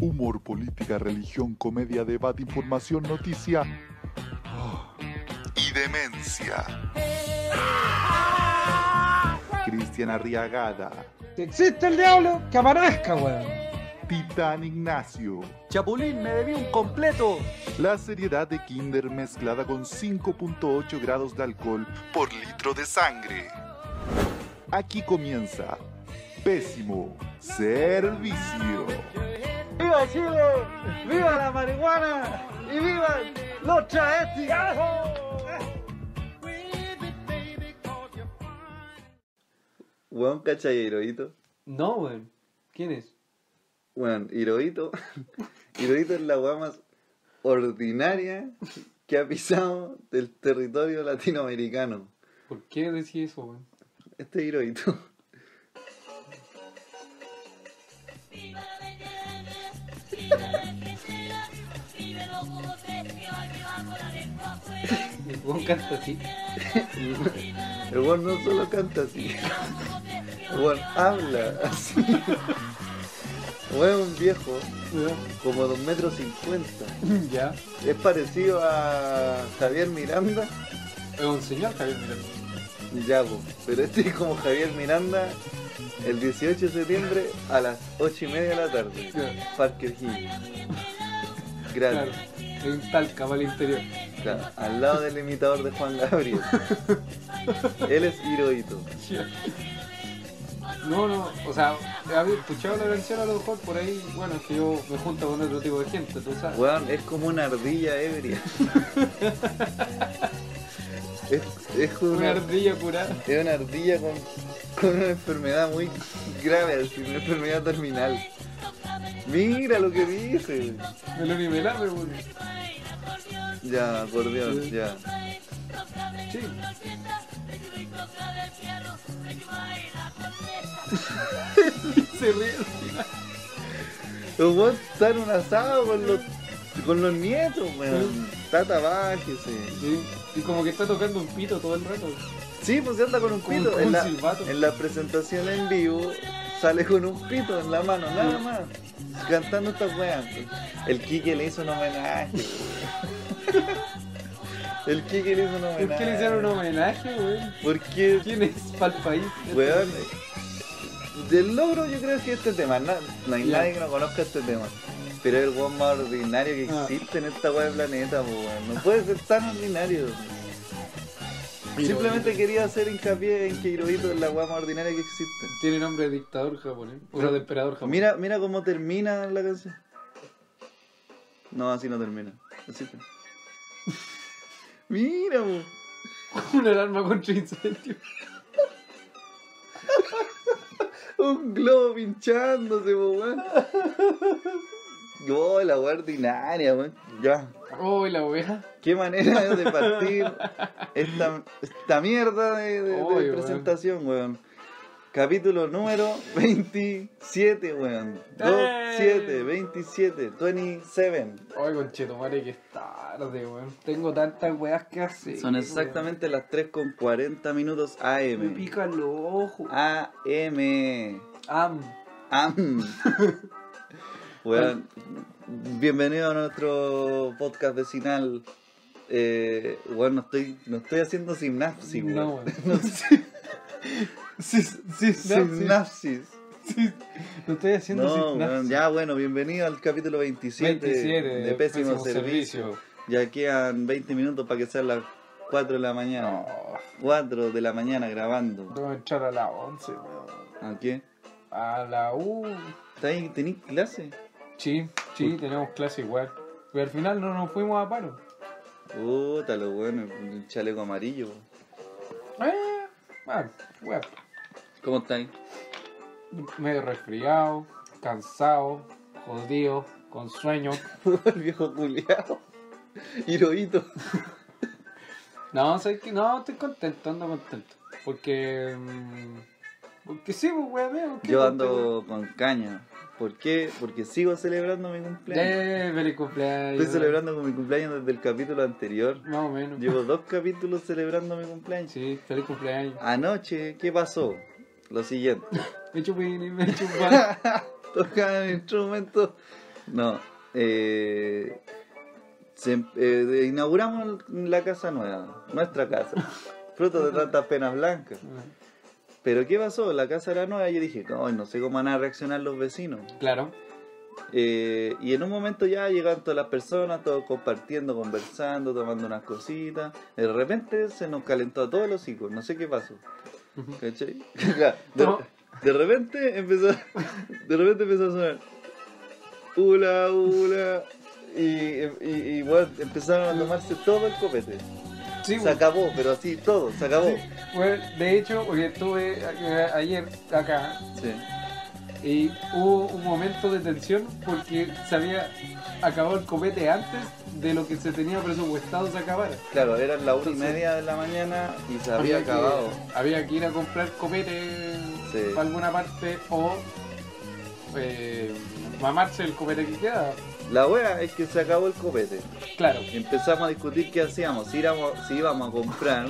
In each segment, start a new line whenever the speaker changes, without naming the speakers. Humor, política, religión, comedia, debate, información, noticia ah, y demencia. Cristian Arriagada,
Si existe el diablo, que aparezca, weón.
Titán Ignacio.
Chapulín, me debí un completo.
La seriedad de Kinder mezclada con 5.8 grados de alcohol por litro de sangre. Aquí comienza Pésimo Servicio.
¡Viva Chile! ¡Viva la marihuana! ¡Y viva los travestis!
Weón, ¿cachai a Hirohito?
No, weón. ¿Quién es?
Weón, Hirohito. Hirohito es la weá más ordinaria que ha pisado del territorio latinoamericano.
¿Por qué decís eso, weón?
Este es Hirohito.
Viva la venganza, viva la tercera, viva los botes que hoy llevamos la lengua afuera.
El weón canta así.
El weón no solo canta así. El weón habla así. El Weón es un viejo
Weón.
como 2 metros 50.
Ya.
Es parecido a Javier Miranda.
Es un señor Javier Miranda.
Ya, po. pero este es como Javier Miranda el 18 de septiembre a las 8 y media de la tarde.
Ya.
Parker Hill. Gracias.
Claro. En Talca, para el interior.
Claro, al lado del imitador de Juan Gabriel. Él es Hirohito.
Ya. No, no, o sea, había escuchado la canción a lo mejor por ahí, bueno, es que yo me junto con otro tipo de gente, tú sabes.
Weón, es como una ardilla ebria. Es, es como
Una
una,
ardilla curada.
es una ardilla con, con una enfermedad muy grave, así, una enfermedad terminal. Mira lo que dice.
Me lo ni me lave, weón.
Ya, por Dios, ya.
Sí. Se ríe al final.
Los weón están un asado con los, con los nietos, weón. Tata, bájese.
Sí. Y como que está tocando un pito todo el rato.
Sí, pues anda con un
Con-
pito.
con
en,
un
la,
silbato.
en la presentación en vivo sale con un pito en la mano, nada más. Cantando estas weas. pues. El Kike le hizo un homenaje. El Kike le hizo un homenaje.
¿Por qué le hicieron un homenaje, weón?
¿Por qué?
¿Quién es para el país?
Weón. Del logro yo creo que este tema, na- no hay
Ya.
nadie que no conozca este tema. Pero es el weón más ordinario que
Ah.
existe en esta wea del planeta, po, weón. No puede ser tan ordinario. Simplemente quería hacer hincapié en que Hirohito es la weá más ordinaria que existe.
Tiene nombre de dictador japonés. O sea, de emperador japonés.
Mira, mira cómo termina la canción. No, así no termina. Así te- mira, po.
Una alarma contra incendio.
un globo pinchándose, po, weón. Oh, la weá ordinaria, weón. Ya.
Oh, y la oveja.
Qué manera de partir esta, esta mierda de, de- de
Oy, weón.
presentación, weón. Capítulo número 27, weón. 2,
¡Eh!
7, 27, 27.
Ay, conchetumare, que es tarde, weón. Tengo tantas weas que hacer.
Son exactamente las 3 con 40 minutos
weón. Me
AM.
pican los ojos.
AM.
Am.
AM. Weón, bienvenido a nuestro podcast vecinal. Eh, weón, no estoy, no estoy haciendo sinapsis, weón.
No, weón.
No sé. Sinapsis.
No estoy haciendo
No,
sinapsis.
weón, ya bueno, bienvenido al capítulo 27,
27
de Pésimo, Servicio. Ya quedan 20 minutos para que sean las 4 de la mañana.
No,
4 de la mañana grabando.
tengo que entrar a las 11, weón.
¿A qué?
A la U.
¿Estáis- ¿Tenéis clase?
Sí, sí, tenemos clase igual. Y al final no nos fuimos a paro.
Puta, lo bueno, el chaleco amarillo.
Eh, bueno, weón.
¿Cómo estáis?
Medio resfriado, cansado, jodido, con sueño.
el viejo culiao. Hirohito.
No, sé que no, estoy contento, ando contento. Porque. mm, Porque sí, pues, weón, veo. que
Yo
contento.
ando con caña. ¿Por qué? Porque sigo celebrando mi cumpleaños.
Eh, feliz cumpleaños.
Estoy celebrando con mi cumpleaños desde el capítulo anterior.
Más o menos.
Llevo dos capítulos celebrando mi cumpleaños.
Sí, feliz cumpleaños.
Anoche, ¿qué pasó? Lo siguiente.
Me chupini, me chupan.
Tocaban instrumentos No. eh, se- eh, inauguramos la casa nueva, nuestra casa. Fruto de tantas penas blancas. Pero ¿qué pasó? La casa era nueva y yo dije, "Ay, no sé cómo van a reaccionar los vecinos.
Claro.
Eh, y en un momento ya llegan todas las personas, todos compartiendo, conversando, tomando unas cositas. De repente se nos calentó a todos los hijos, no sé qué pasó.
Ujú.
¿Cachai? Ya, de,
No.
de repente empezó de repente empezó a sonar Ula, ula y, y- y, bueno, empezaron a tomarse todo el copete
Sí,
Se acabó, pero así todo, se acabó
bueno, de hecho, porque estuve eh, ayer acá
Sí,
y hubo un momento de tensión porque se había acabado el copete antes de lo que se tenía presupuestado se acabara.
claro, eran las una y
Entonces-
media de la mañana y se había
que-
acabado
había que ir a comprar copete
Sí.
para alguna parte o eh, mamarse el copete que quedaba.
La wea es que se acabó el copete
Claro.
empezamos a discutir qué hacíamos, si, íbamos, si íbamos a comprar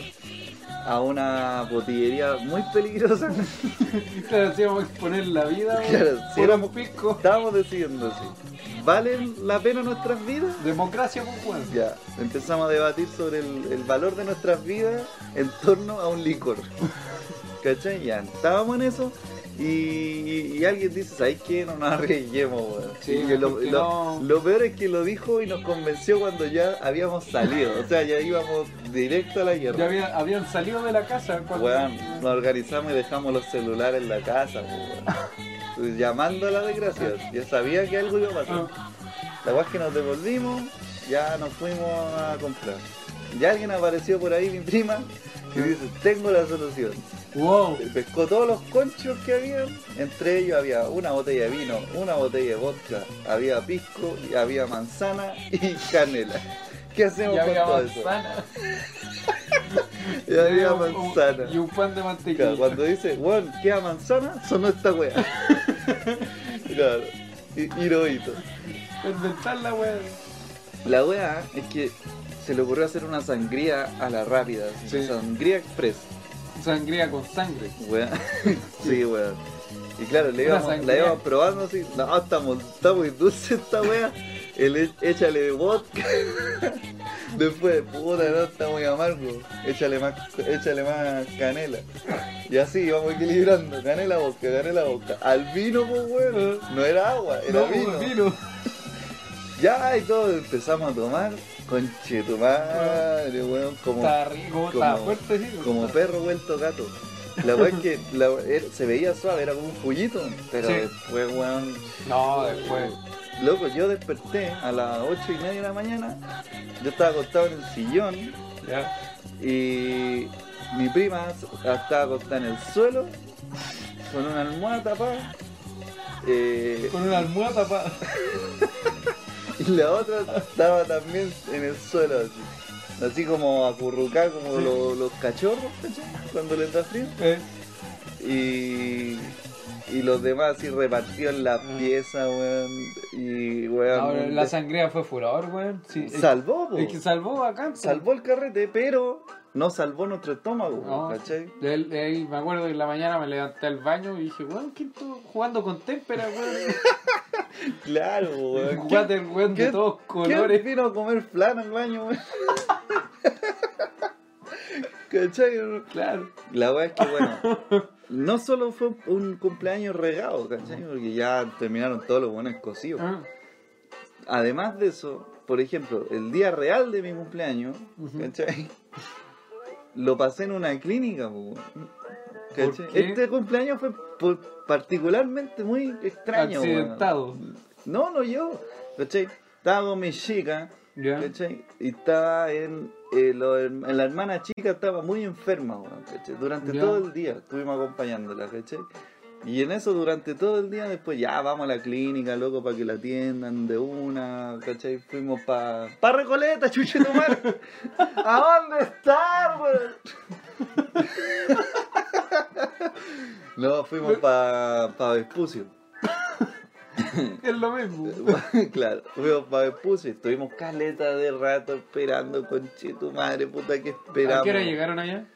a una botillería muy peligrosa.
Claro, si íbamos a exponer la vida güey,
Claro, si
por
éramos-
un pico.
Estábamos decidiendo si valen la pena nuestras vidas.
Democracia pues, con juego.
Ya, empezamos a debatir sobre el, el valor de nuestras vidas en torno a un licor. ¿Cachai? Ya, estábamos en eso y, y- y alguien dice, ¿sabes qué? No nos arriesguemos, weón.
Sí,
Y que lo,
porque
lo-
no.
lo peor es que lo dijo y nos convenció cuando ya habíamos salido. O sea, ya íbamos directo a la guerra.
Ya había- habían salido de la casa cuando.
Weón, nos organizamos y dejamos los celulares en la casa, po, weón. Llamando a la desgracia. Yo sabía que algo iba a pasar.
Ah,
La weá es que nos devolvimos, ya nos fuimos a comprar. Y alguien apareció por ahí, mi prima, y dice, tengo la solución.
wow.
Pescó todos los conchos que había, entre ellos había una botella de vino, una botella de vodka, había pisco, y había manzana y canela. ¿Qué hacemos
Ya
con
había
todo eso?
manzana.
Y había
un- un-
manzana.
Y un pan de mantequilla.
Claro, cuando dice, weón, queda manzana, sonó esta wea. claro, y, y lo hizo.
Inventar la wea.
La wea es que se le ocurrió hacer una sangría a la rápida, así,
Sí.
sangría express.
Sangría con sangre.
Wea. sí, weón. Y claro, le
Una
íbamos, la
sangría.
íbamos probando así, no, está, mo- está muy dulce esta wea. El, e- échale vodka. Después, puta, no, está muy amargo. Échale más, échale más canela. Y así vamos equilibrando. Canela, vodka, canela, vodka. Al vino, pues, weón. No era agua, era
No, pues,
vino.
vino.
Ya, y todos empezamos a tomar. Conche tu madre, weón. Como,
Está rico, está
como-
fuerte, sí. pues.
como
está-
perro vuelto gato. La weá es que la- er- se veía suave, era como un fullito. Pero
Sí.
después, weón.
No, después.
Loco, yo desperté a las 8 y media de la mañana. Yo estaba acostado en el sillón
Ya.
y mi prima estaba acostada en el suelo con una almohada tapada. eh,
Con una almohada pa.
Y la otra estaba también en el suelo así. Así como acurrucada como
Sí.
los, los cachorros, ¿cachai? Cuando les da frío.
eh,
Y, y los demás así repartidos en la pieza, weón. Y weón.
no, Ah. la
de-
sangría fue furor, weón. Sí, es-
salvó, po.
Es que salvó bacán. po.
salvó el carrete, pero no salvó nuestro estómago,
No.
¿cachai?
De ahí- de ahí me acuerdo que en la mañana me levanté al baño y dije, weón, ¿quién estuvo jugando con témpera, weón?
Claro, weón. ¿Quién-
Water, weón, de
qué-
todos
¿Quién
colores.
vino a comer flan al baño, weón? ¿Cachai?
Claro.
La weá es que, bueno, no solo fue un cumpleaños regado, ¿cachai? Porque ya terminaron todos los buenos cocidos.
Ah,
Además de eso, por ejemplo, el día real de mi cumpleaños,
Ujú.
¿cachai? Lo pasé en una clínica, po, weón. ¿cachai?
¿Por qué?
Este cumpleaños fue por- particularmente muy extraño, weón.
Accidentado.
No, no yo, ¿cachai? Estaba con mi chica,
Ya.
¿cachai? Y estaba en, eh, lo- en- La hermana chica estaba muy enferma, weón, ¿cachai? Durante
Ya.
todo el día estuvimos acompañándola, ¿cachai? Y en eso, durante todo el día, después ya vamos a la clínica, loco, para que la atiendan de una, ¿cachai? Fuimos para. ¡Pa Recoleta, chuche tu madre! ¿A dónde estar, weón? No, fuimos para pa Vespucio.
Es lo mismo.
claro, fuimos para Vespucio y estuvimos caleta de rato esperando, conche tu madre, puta, que esperamos.
¿A qué hora llegaron allá?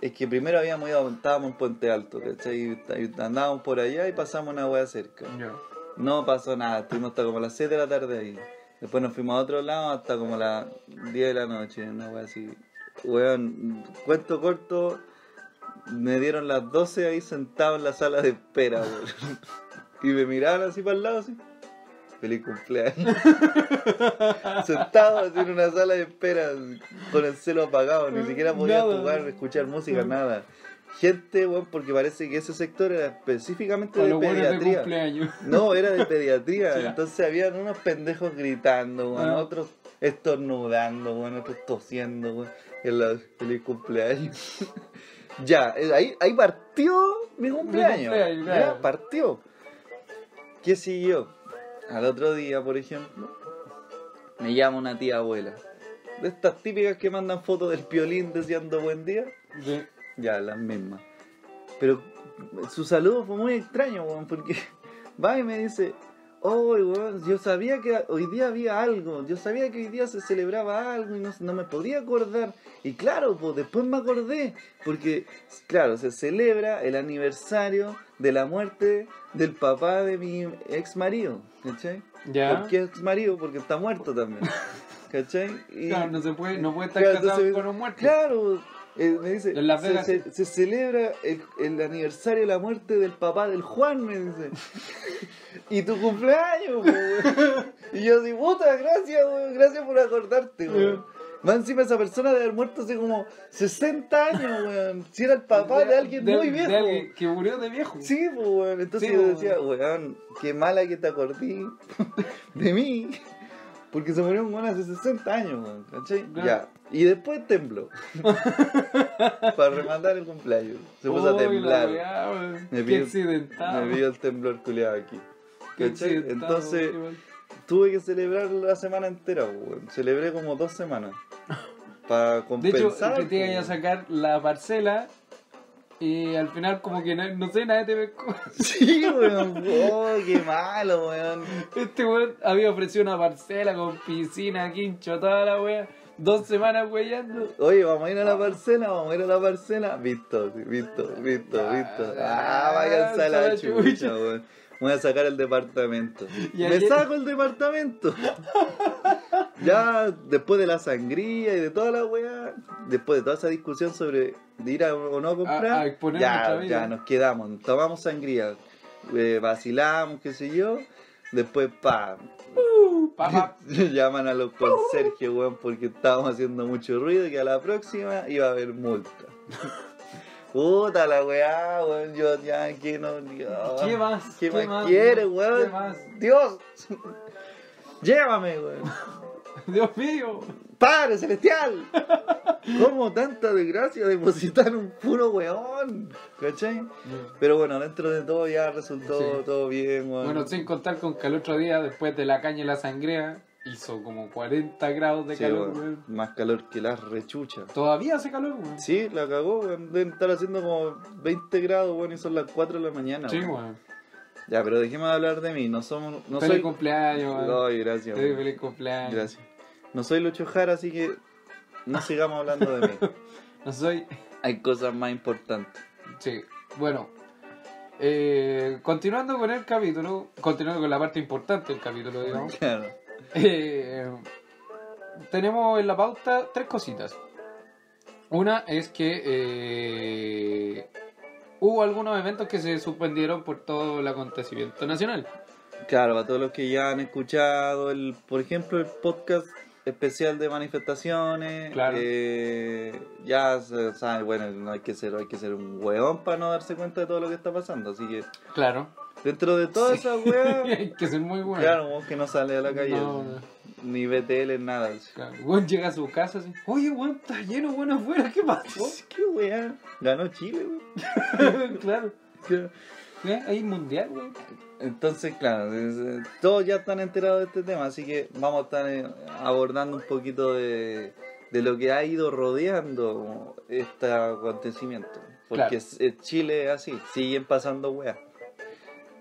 Es que primero habíamos ido, estábamos en Puente Alto, ¿cachai? Y ta- y andábamos por allá y pasamos una wea cerca.
Ya.
No pasó nada, estuvimos hasta como las 7 de la tarde ahí. Después nos fuimos a otro lado hasta como las 10 de la noche, una wea así. Weón, cuento corto, me dieron las 12 ahí sentado en la sala de espera, weón. Y me miraban así para el lado, así. Feliz cumpleaños. sentado así en una sala de espera, con el celo apagado, ni siquiera podía
Nada.
jugar, escuchar música, nada. Gente, weón, porque parece que ese sector era específicamente
Con
de
los buenos de
pediatría.
cumpleaños.
No, era de pediatría.
Ya.
Entonces habían unos pendejos gritando, weón,
Ah.
otros estornudando, weón, otros tosiendo, weón. En la feliz cumpleaños. ya, eh, ahí, ahí partió mi cumpleaños.
cumpleaños,
ya,
claro.
partió. ¿Qué siguió? Al otro día, por ejemplo, me llama una tía abuela. De estas típicas que mandan fotos del piolín deseando buen día.
De-
Ya, las mismas. Pero su saludo fue muy extraño, weón, porque va y me dice, oh, weón, yo sabía que hoy día había algo, yo sabía que hoy día se celebraba algo y no, no me podía acordar. Y claro, pues después me acordé, porque, claro, se celebra el aniversario de la muerte del papá de mi ex marido, ¿cachai?
Ya.
¿Por qué ex marido? Porque está muerto también, ¿cachai? Y-
Claro, no se puede, no puede estar
Claro,
casado
entonces-
con un muerto.
Claro, eh, me dice,
En Las
se,
Vegas.
se- se celebra el, el aniversario de la muerte del papá del Juan, me dice. y tu cumpleaños, po, weón. Y yo así, puta, gracias, weón, gracias por acordarte, weón. Más encima esa persona de haber muerto hace como 60 años, weón. Si era el papá de alguien
De-
muy
de
viejo.
alguien que murió de viejo.
Sí, pues, weón. Entonces
Sí,
yo
pues,
decía, weón, qué mala que te acordí de mí. Porque se murió un weón hace 60 años, weón, ¿cachai?
Claro.
Ya. Y después tembló. Para rematar el cumpleaños. Se puso a
Uy, la
temblar.
weá, weón.
Me
Qué
vi-
accidentado.
Me vio el temblor culiado aquí.
Qué
¿Cachai?
accidentado,
Entonces,
qué mal.
tuve que celebrar la semana entera, pues, weón. Celebré como dos semanas. Para
De hecho,
compensar.
te iba a
weón.
sacar la parcela y al final como que no, no sé, nadie te pescó.
Sí, weón. Oh, qué malo, weón.
Este weón había ofrecido una parcela con piscina, quincho, toda la wea. Dos semanas weyando.
Oye, vamos a ir a la parcela, vamos a ir a la parcela. Visto, visto, visto,
Ah. Ah,
visto. Ah, vaya a
la
la
chucha.
chucha, weón. Voy a sacar el departamento.
Y
Me
ayer-
saco el departamento. ya después de la sangría y de toda la weá, después de toda esa discusión sobre de ir a o no comprar,
A- a exponer nuestra
ya,
vida.
ya nos quedamos, tomamos sangría, eh, vacilamos, qué sé yo. Después, pa,
Pa, pa.
Llaman a los conserjes, weón, porque estábamos haciendo mucho ruido y que a la próxima iba a haber multa. Puta la weá, weón, yo ya que no. yo-
¿Qué más?
¿Qué, más,
más,
quieres,
weón?
weón?
¿Qué más?
Dios, llévame, weón.
Dios mío.
Padre celestial, ¿cómo tanta desgracia depositar en un puro weón? ¿Cachai? Pero bueno, dentro de todo ya resultó
Sí.
todo bien, weón.
Bueno, sin contar con que el otro día, después de la caña y la sangría, hizo como 40 grados de
Sí,
calor,
weón,
weón.
Más calor que las rechuchas.
Todavía hace calor, weón.
Sí, la cagó, weón. Deben estar haciendo como 20 grados, bueno, y son las 4 de la mañana.
Sí,
weón.
weón.
Ya, pero dejemos de hablar de mí. No somos. No
feliz
soy.
cumpleaños, weón.
Ay, gracias.
Te
weón.
doy feliz cumpleaños.
Gracias. No soy Lucho Jara, así que no sigamos hablando de mí.
No soy.
Hay cosas más importantes.
Sí. Bueno. eh, continuando con el capítulo, continuando con la parte importante del capítulo, digamos,
Claro.
eh, tenemos en la pauta tres cositas. Una es que eh, hubo algunos eventos que se suspendieron por todo el acontecimiento nacional.
Claro, para todos los que ya han escuchado, el, por ejemplo, el podcast especial de manifestaciones,
Claro.
eh, ya se sabe, bueno, no hay que ser, hay que ser un hueón para no darse cuenta de todo lo que está pasando, así que
Claro.
dentro de toda esa hueá,
Hay que ser muy bueno.
claro, un hueón que no sale a la calle,
No, no.
ni BTL, nada.
Claro. Weón llega a su casa así, oye, weón, está lleno, weón, afuera, ¿qué pasó?
¿Qué hueá? Ganó Chile, weón.
claro.
Claro.
¿Eh? Hay mundial, weón.
Entonces, claro, es- eh, todos ya están enterados de este tema, así que vamos a estar eh, abordando un poquito de, de lo que ha ido rodeando este acontecimiento.
Claro.
Porque es- eh, Chile es así, siguen pasando weas.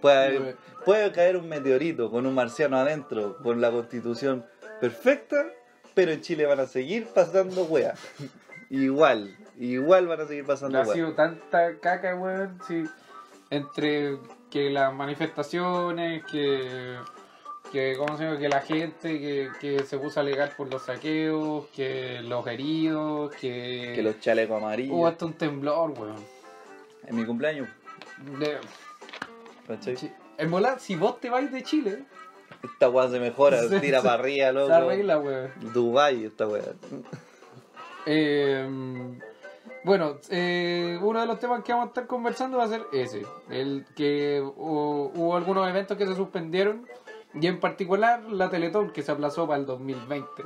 Puede, haber- puede caer un meteorito con un marciano adentro, con la constitución perfecta, pero en Chile van a seguir pasando weas. igual, igual van a seguir pasando
Ha
weas.
sido tanta caca, weón. Sí. Entre que las manifestaciones, que, que, ¿cómo se llama? que la gente que, que se puso a alegar por los saqueos, que los heridos, que,
Que los chalecos
hubo
amarillos.
hasta un temblor, weón.
En mi cumpleaños.
De-
¿cachai?
chi- En volar, si vos te vais de Chile,
Esta weá se mejora,
Se-
tira
se-
para arriba, loco.
se arregla, weón.
Dubai esta weá.
Eh, bueno, eh, uno de los temas que vamos a estar conversando va a ser ese, el que hu- hubo algunos eventos que se suspendieron y en particular la Teletón que se aplazó para el 2020.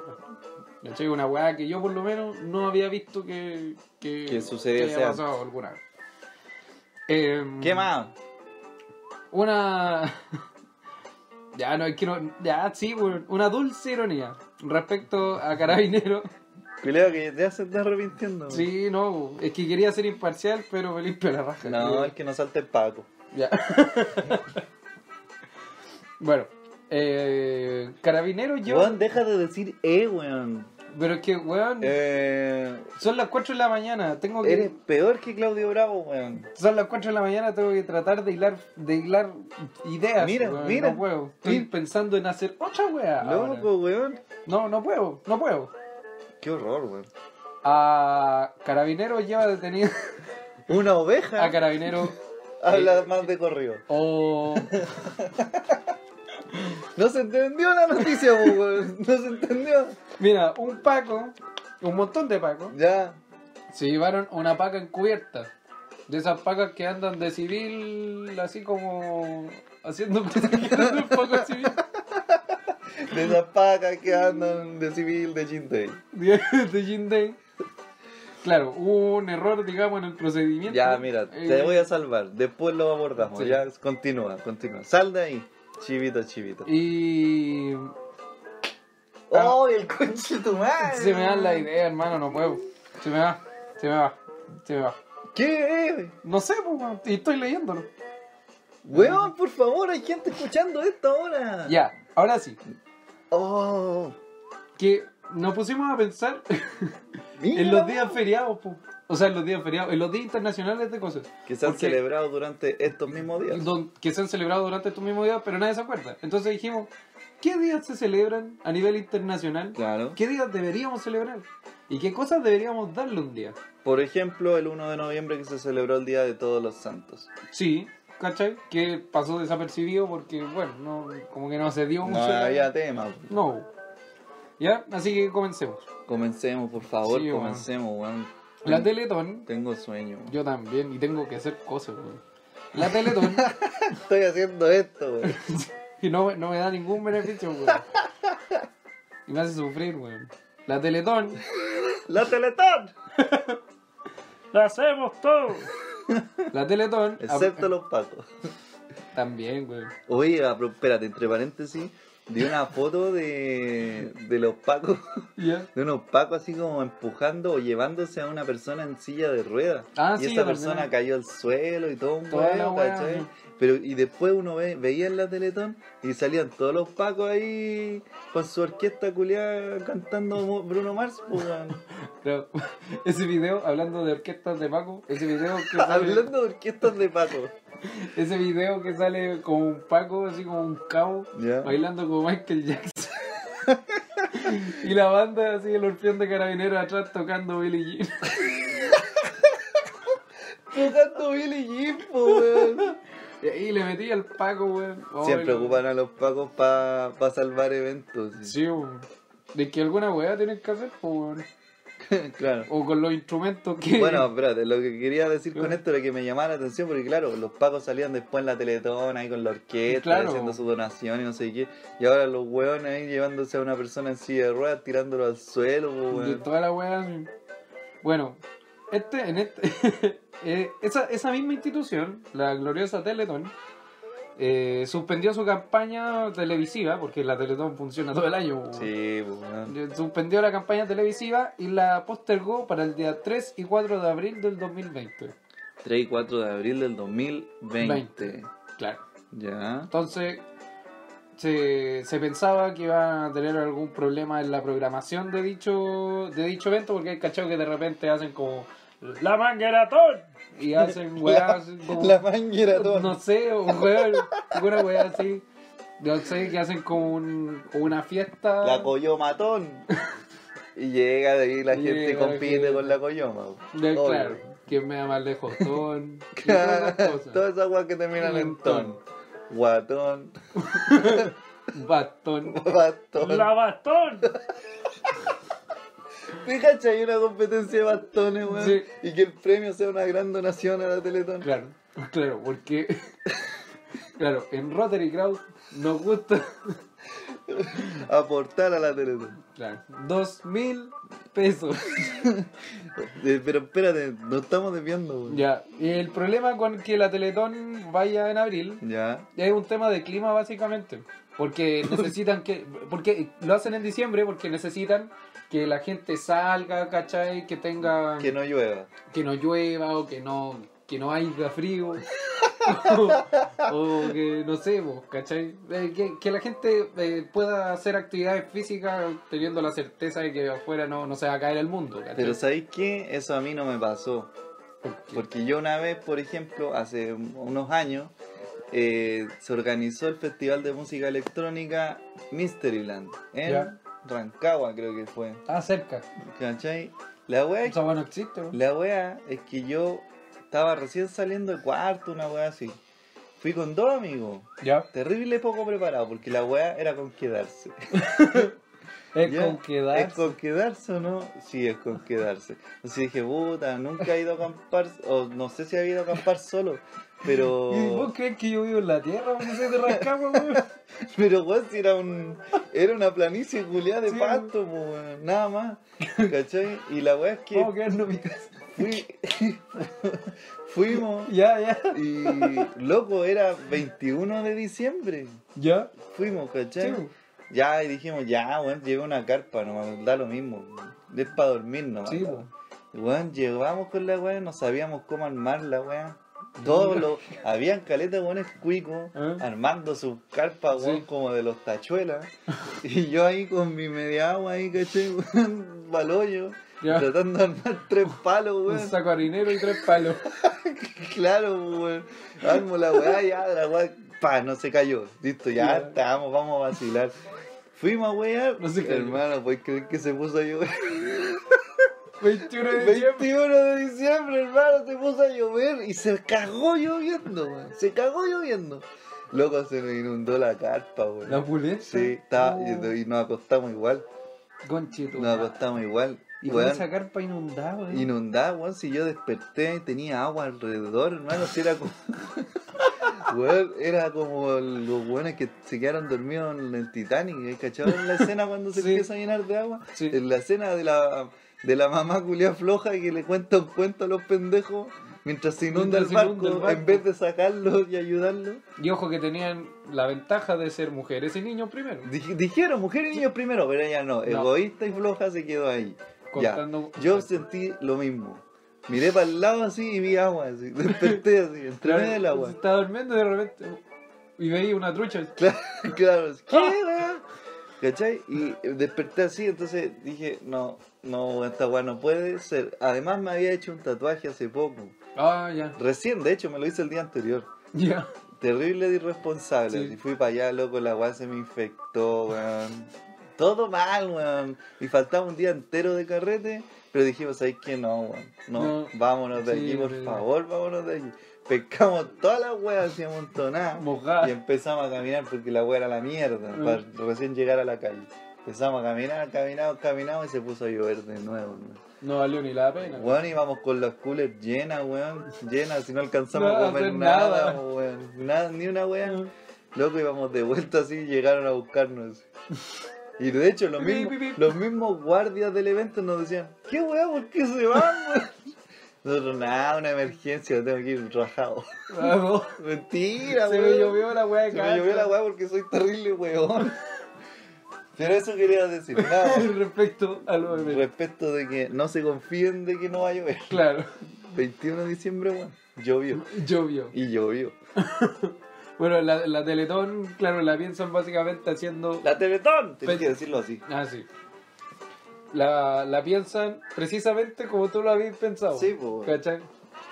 ¿Cachai? Una weá que yo por lo menos no había visto que, que,
Que sucedió
que
ese
había pasado alguna vez. Eh,
¿Qué más?
Una... ya, no, es que no... Ya, sí, weón, una dulce ironía respecto a Carabineros.
Cuidado que ya se está arrepintiendo.
Sí, no, es que quería ser imparcial, pero me limpio la raja.
No, el que no salte el Paco.
Ya. bueno, eh, Carabineros yo...
Weón, deja de decir eh, weón.
Pero es que, weón,
Eh,
son las 4 de la mañana, tengo que...
eres peor que Claudio Bravo, weón.
Son las 4 de la mañana, tengo que tratar de hilar, de hilar ideas.
Mira,
weón,
mira.
No puedo. Estoy
Mira.
pensando en hacer otra wea. ahora.
Loco, weón.
No, no puedo, no puedo.
Qué horror, weón.
A Carabineros lleva detenido
Una
a
oveja
Carabineros oh.
habla más de corrido.
o...
No se entendió la noticia, po, weón. No se entendió.
Mira, un Paco, un montón de Pacos,
Ya.
se llevaron una paca encubierta. De esas pacas que andan de civil, así como haciendo cosas que andan un poco civil.
De esas pacas que andan de civil de Chintay.
De de Jin Day. Claro, hubo un error, digamos, en el procedimiento.
Ya, mira, te
Eh,
voy a salvar. Después lo abordamos.
Sí.
Ya, continúa, continúa. Sal de ahí. Chivito, chivito.
Y.
¡Oh, el conche de tu madre!
Se me da la idea, hermano, no puedo. Se me va, se me va, se me va.
¿Qué? eh?
No sé, pues, weón, y estoy leyéndolo.
Weón, por favor, hay gente escuchando esto ahora.
Ya, ahora sí.
Oh,
Que nos pusimos a pensar
mira,
En los
weón.
días feriados, po. O sea, en los días feriados, en los días internacionales de cosas.
Que se han
Porque-
celebrado durante estos mismos días.
don- que se han celebrado durante estos mismos días, pero nadie se acuerda. Entonces dijimos, ¿qué días se celebran a nivel internacional?
Claro.
¿Qué días deberíamos celebrar? ¿Y qué cosas deberíamos darle un día?
Por ejemplo, el 1 de noviembre que se celebró el Día de Todos los Santos.
Sí, ¿cachai? Que pasó desapercibido porque, bueno, no, como que no se dio mucho.
No
la-
había tema.
No. ¿Ya? Así que comencemos.
Comencemos, por favor,
Sí, weón.
comencemos, weón. Mm,
La Teletón,
Tengo sueño. weón.
yo también, y tengo que hacer cosas, weón. La Teletón,
Estoy haciendo esto, weón.
Y no, no me da ningún beneficio, weón. Y me hace sufrir, weón. La Teletón.
¡La Teletón!
¡La hacemos todo! La Teletón.
Excepto los pacos.
También, weón.
Oye, a pro- espérate, entre paréntesis, di una foto de, de los pacos,
Ya.
de unos pacos así como empujando o llevándose a una persona en silla de ruedas.
Ah,
y
sí,
esa
yo
persona
también.
cayó al suelo y todo un
Toda la
huevo,
wea,
¿cachai?
sí.
Pero, y después uno ve- veía en la Teletón y salían todos los pacos ahí con su orquesta culiada cantando Mo- Bruno Mars, pues, weón.
Pero, ese video, hablando de orquestas de Paco, ese video que sale,
Hablando de orquestas de pacos.
ese video que sale con un Paco, así como un cabo,
Ya.
bailando como Michael Jackson. y la banda, así, el orfeón de carabineros atrás tocando Billie Jean.
Tocando Billy Jean, po, weón.
Y ahí le metí al Paco, weón. Oh,
Siempre
el-
ocupan a los pacos para salvar eventos. sí.
Sí, weón. De que alguna weá tienen que hacer, po, weón.
claro.
O con los instrumentos que.
Bueno, espérate, lo que quería decir con esto era que me llamaba la atención porque, claro, los pacos salían después en la Teletón ahí con la orquesta,
Claro.
haciendo su donación y no sé qué. Y ahora los hueones ahí llevándose a una persona en silla de ruedas, tirándolo al suelo, po,
de
weón.
toda la weá. sí. Bueno, este, en este. eh, esa, esa misma institución, la gloriosa Teletón, eh, suspendió su campaña televisiva, porque la Teletón funciona todo el año. weón.
Sí, po, weón.
Eh, Suspendió la campaña televisiva y la postergó para el día 3 y 4 de abril del 2020.
3 y 4 de abril del 2020.
Claro.
Ya.
Entonces, se, se pensaba que iban a tener algún problema en la programación de dicho, de dicho evento, porque hay cachado que de repente hacen como ¡La mangueratón! y hacen weas como-
La manguera toda.
no sé, o weón, una wea así. No sé, que hacen como un, una fiesta.
La coyoma matón. Y llega de ahí la
Y
gente
llega la
compite
gente.
con la coyoma. po.
De-
Obvio.
claro, quién me da más de jotón. y todas esas
Claro,
cosas.
todas esas weas que terminan en ton. Guatón,
Bastón.
bastón.
¡La bastón!
Fíjate, hay una competencia de bastones, weón.
Sí.
Y que el premio sea una gran donación a la Teletón.
Claro, claro, porque. Claro, en Rotary Crowd nos gusta.
Aportar a la Teletón.
Claro, dos mil pesos.
Eh, pero espérate, nos estamos desviando, weón.
Ya, y el problema con que la Teletón vaya en abril
Ya.
es un tema de clima, básicamente. Porque necesitan que. Porque lo hacen en diciembre, porque necesitan que la gente salga, ¿cachai? Que tenga.
Que no llueva.
que no llueva o que no que no haya frío o, o que no sé vos, ¿cachai? Eh, que, que la gente eh, pueda hacer actividades físicas teniendo la certeza de que afuera no, no se va a caer el mundo, ¿cachai?
Pero ¿sabéis qué? Eso a mí no me pasó. Porque yo una vez, por ejemplo, hace un- unos años, eh, se organizó el Festival de Música Electrónica Mysteryland en
Ya.
Rancagua, creo que fue.
está cerca
¿Cachai? La wea, es-
esa bueno existe vos.
la wea es que yo estaba recién saliendo de cuarto, una wea así. Fui con dos amigos,
ya
terrible poco preparado, porque la wea era con quedarse.
es
¿Ya?
con que dar
¿Es con quedarse o no? Sí, es con quedarse. Entonces dije, puta, nunca he ido a acampar, o no sé si he ido a acampar solo, pero...
¿Y vos crees que yo vivo en la tierra? ¿Vos soy de Rancagua, weón?
Pero weón, si era un. Era una planicie culiada de
Sí,
pasto, po, weón, nada más. ¿Cachai? Y la weá es que
Vamos a quedarnos en mi casa.
fui- fuimos
Ya, ya,
y loco, era 21 de diciembre.
ya.
Fuimos,
Sí,
¿cachai?
vos.
Ya, y dijimos, ya, weón, llevé una carpa, no da lo mismo. weón. Es para dormir nomás.
Sí, vos.
Weón, llegamos con la weá, no sabíamos cómo armarla, weón. Todos los. Habían caletas weones cuicos,
¿Eh?
armando sus carpas, weón,
Sí.
como de los tachuelas. Y yo ahí con mi media agua ahí, caché, weón, balollo.
Ya.
Tratando de armar tres palos,
Un
weón.
saco harinero y tres palos.
Claro, weón. Armo la weá, ya, la weá, pa, no se cayó. Listo, ya,
Ya.
estamos, vamos a vacilar. Fuimos a wear,
No se cayó.
hermano, pues creer que se puso a llover.
21 de diciembre.
21 de diciembre, hermano, se puso a llover y se cagó lloviendo, weón. Se cagó lloviendo. Loco, se me inundó la carpa, weón.
La puleta.
Sí, estaba,
Oh.
y, y nos acostamos igual.
Conchito.
Nos acostamos igual.
Y con
weón,
esa carpa inundada, eh.
inundada, weón. Si yo desperté y tenía agua alrededor, hermano, si era como. Weón, era como los weones que se quedaron dormidos en el Titanic. ¿Cacharon la escena cuando se
Sí.
empieza a llenar de agua?
Sí.
En la escena de la, de la mamá culia floja que le cuenta un cuento a los pendejos mientras se inunda,
Mientras
el,
se
barco,
inunda el barco.
en vez de sacarlos y ayudarlos.
Y ojo que tenían la ventaja de ser mujeres y niños primero.
Dij- dijeron mujer y niños primero, pero ella no, egoísta y floja se quedó ahí. Ya.
Contando. pues,
Yo sentí lo mismo. Miré para el lado así y vi agua así. Desperté así, entré en el agua.
pues, Estaba durmiendo y de repente. Y veía una trucha.
Claro, claro. ¿Qué, weá? ¿Cachai? Y desperté así, entonces dije, no, no, esta weá no puede ser. Además me había hecho un tatuaje hace poco.
Ah, ya.
Recién, de hecho, me lo hice el día anterior.
Ya.
Terrible de irresponsable.
Sí.
Y fui para allá, loco, la weá se me infectó, weón. Todo mal, weón. Y faltaba un día entero de carrete, pero dijimos, ¿sabes qué? No, weón. No,
No.
vámonos de
Sí,
aquí, por
sí.
favor, vámonos de aquí. Pescamos todas las weas así amontonadas. Y
Mojada.
empezamos a caminar porque la weá era la mierda,
Mm.
para recién llegar a la calle. Empezamos a caminar, caminamos, caminamos y se puso a llover de nuevo, weón.
No valió ni la pena.
Weón, íbamos con las coolers llenas, weón, llenas, si no alcanzamos
No,
a comer
hacer
nada,
nada.
weón. Nada, ni una weá.
Mm.
Loco, íbamos de vuelta así y llegaron a buscarnos. Y de hecho, los
Pi,
mismos,
pi, pi.
los mismos guardias del evento nos decían, ¿qué weá? ¿Por qué se van, weón? Nosotros, nada, una emergencia, tengo que ir rajado.
Ah, vos.
Mentira,
Se
weón.
me llovió la weá de
Se me llovió la weá porque soy terrible weón. Pero eso quería decir, nada. más.
Respecto a lo de.
Respecto de que no se confíen de que no va a llover.
Claro.
21 de diciembre, weón. Llovió.
Llovió.
Y llovió.
Bueno, la, la Teletón, claro, la piensan básicamente haciendo.
La Teletón. Tienes
Pe-
que decirlo así.
Ah, sí. La, la piensan precisamente como tú lo habías pensado.
Sí, po.
¿Cachai?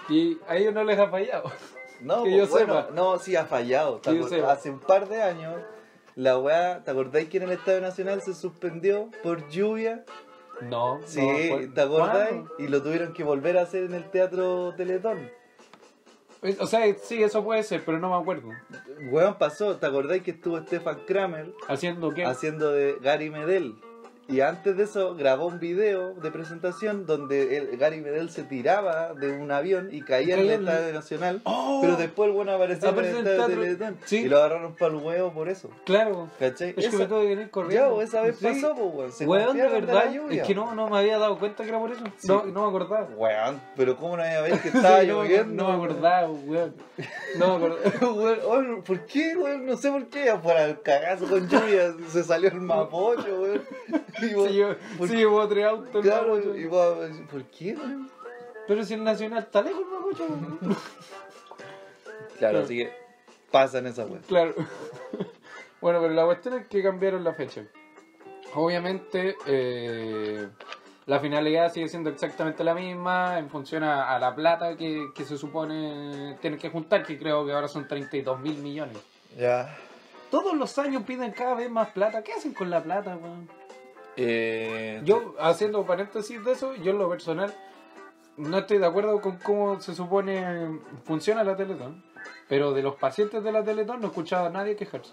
Y a ellos no les ha fallado.
No,
Que
pues,
yo
bueno,
sepa.
no, sí ha fallado. ¿Te
Que yo
acor-
sepa.
Hace un par de años, la weá, ¿te acordáis que en el Estadio Nacional se suspendió por lluvia?
No.
Sí,
no, por-
¿te acordáis?
¿Cuándo?
Y lo tuvieron que volver a hacer en el Teatro Teletón.
Es- Eh, O sea, sí, eso puede ser, pero no me acuerdo.
Weón pasó, ¿te acordáis que estuvo Stefan Kramer
¿Haciendo qué?
haciendo de Gary Medel? Y antes de eso grabó un video de presentación donde el- Gary Medel se tiraba de un avión y caía en
Caía
el
en-
Estadio Nacional.
¡Oh!
Pero después el bueno apareció en el
Aparece en
Estadio
Teatro-
Teletón.
Sí.
Y lo agarraron para el huevo por eso.
Claro.
¿Cachai?
Es que
Esa-
me tuve que venir corriendo.
Ya, o esa vez
Sí.
pasó, pues, weón. Se
Weón, de
confiaron la
verdad,
lluvia.
es que no, no me había dado cuenta que era por eso.
Sí.
No, no me acordaba.
Weón, pero ¿cómo no había ver que estaba
Sí, no,
lloviendo?
No me acordaba, weón. No me acordaba.
Weón, oh, ¿Por qué, weón? No sé por qué. Afuera el cagazo con lluvia se salió el mapocho, weón. Y vos-
Sí, yo,
¿por
sí, hubo tres autos.
Claro,
¿no?
y vos, ¿por qué, weón?
Pero si el Nacional está lejos, no, mucho.
Claro, así que pasan esas weas.
Claro. Bueno, pero la cuestión es que cambiaron la fecha. Obviamente, eh, la finalidad sigue siendo exactamente la misma en función a, a la plata que, que se supone tienen que juntar, que creo que ahora son 32 mil millones.
Ya.
Todos los años piden cada vez más plata. ¿Qué hacen con la plata, weón?
Eh,
Yo, haciendo paréntesis de eso, yo en lo personal no estoy de acuerdo con cómo se supone funciona la Teletón. Pero de los pacientes de la Teletón no he escuchado a nadie quejarse.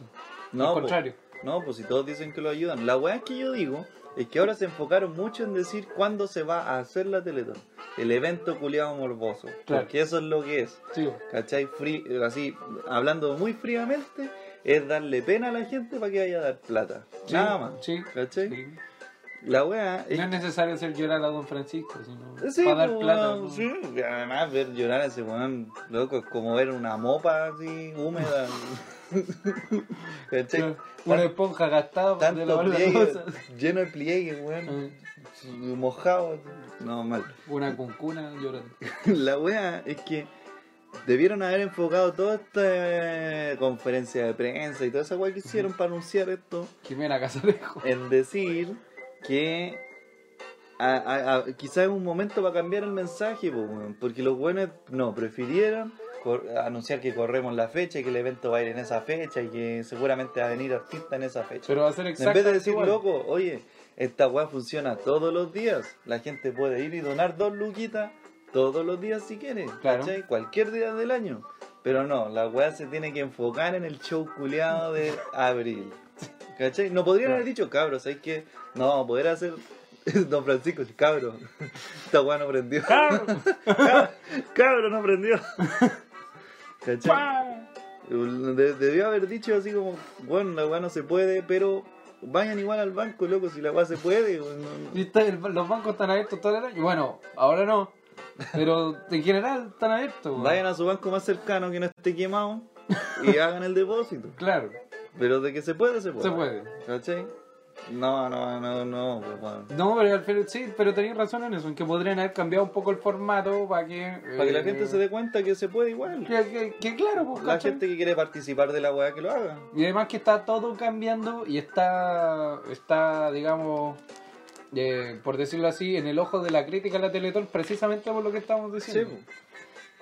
no,
Al
po.
contrario.
No, pues si todos dicen que lo ayudan. La weá que yo digo es que ahora se enfocaron mucho en decir cuándo se va a hacer la Teletón. El evento culiado morboso.
Claro.
Porque eso es lo que es.
Sí,
¿Cachai? Frí- eh, así, hablando muy fríamente, es darle pena a la gente para que vaya a dar plata.
sí,
Nada más.
Sí.
¿Cachai?
sí.
La weá es
No es necesario hacer llorar a Don Francisco, sino
Sí,
para dar
pues,
plata.
weón,
¿no?
sí. Y Además, ver llorar a ese weón, loco, es como ver una mopa así, húmeda. ¿Cachai?
Claro. Una esponja gastada pues, de la
Tanto
barba
pliegue,
rosa.
lleno de pliegues, weón,
Eh,
mojado. así. No, mal.
Una cuncuna llorando.
La wea es que debieron haber enfocado toda esta eh, conferencia de prensa y toda esa wea que hicieron para anunciar esto
Jimena Casarejo.
en decir que a- a- a- quizás es un momento para cambiar el mensaje, po, weón, porque los buenos no, prefirieron cor- anunciar que corremos la fecha y que el evento va a ir en esa fecha y que seguramente va a venir artista en esa fecha.
Pero va a ser
en vez de
exactamente
decir,
igual.
loco, oye, esta weá funciona todos los días, la gente puede ir y donar dos luquitas todos los días si quiere,
Claro.
¿cachai? cualquier día del año. Pero no, la weá se tiene que enfocar en el show culeado de abril. ¿Cachai? No podrían
Claro.
haber dicho cabros, hay que. No, poder hacer. Don Francisco, cabro. Esta weá no prendió. cabro no prendió. ¿Cachai? De- debió haber dicho así como, bueno, la weá no se puede, pero vayan igual al banco, loco, si la weá se puede. no- no-
Y está- el- los bancos están abiertos todo el año. Bueno, ahora no. Pero en general están abiertos. weón.
Vayan a su banco más cercano que no esté quemado y hagan el depósito.
Claro,
Pero de que se puede, se puede.
se puede.
¿Cachai? No, no, no, no, pues, bueno.
No, pero al final sí, pero tenéis razón en eso, en que podrían haber cambiado un poco el formato para que... eh,
Para que la gente se dé cuenta que se puede igual.
Que, que- que claro, pues,
La
¿cachai?
gente que quiere participar de la weá que lo haga.
Y además que está todo cambiando y está, está digamos, eh, por decirlo así, en el ojo de la crítica a la Teletón, precisamente por lo que estamos
Sí, pues,
diciendo.
po.
pues.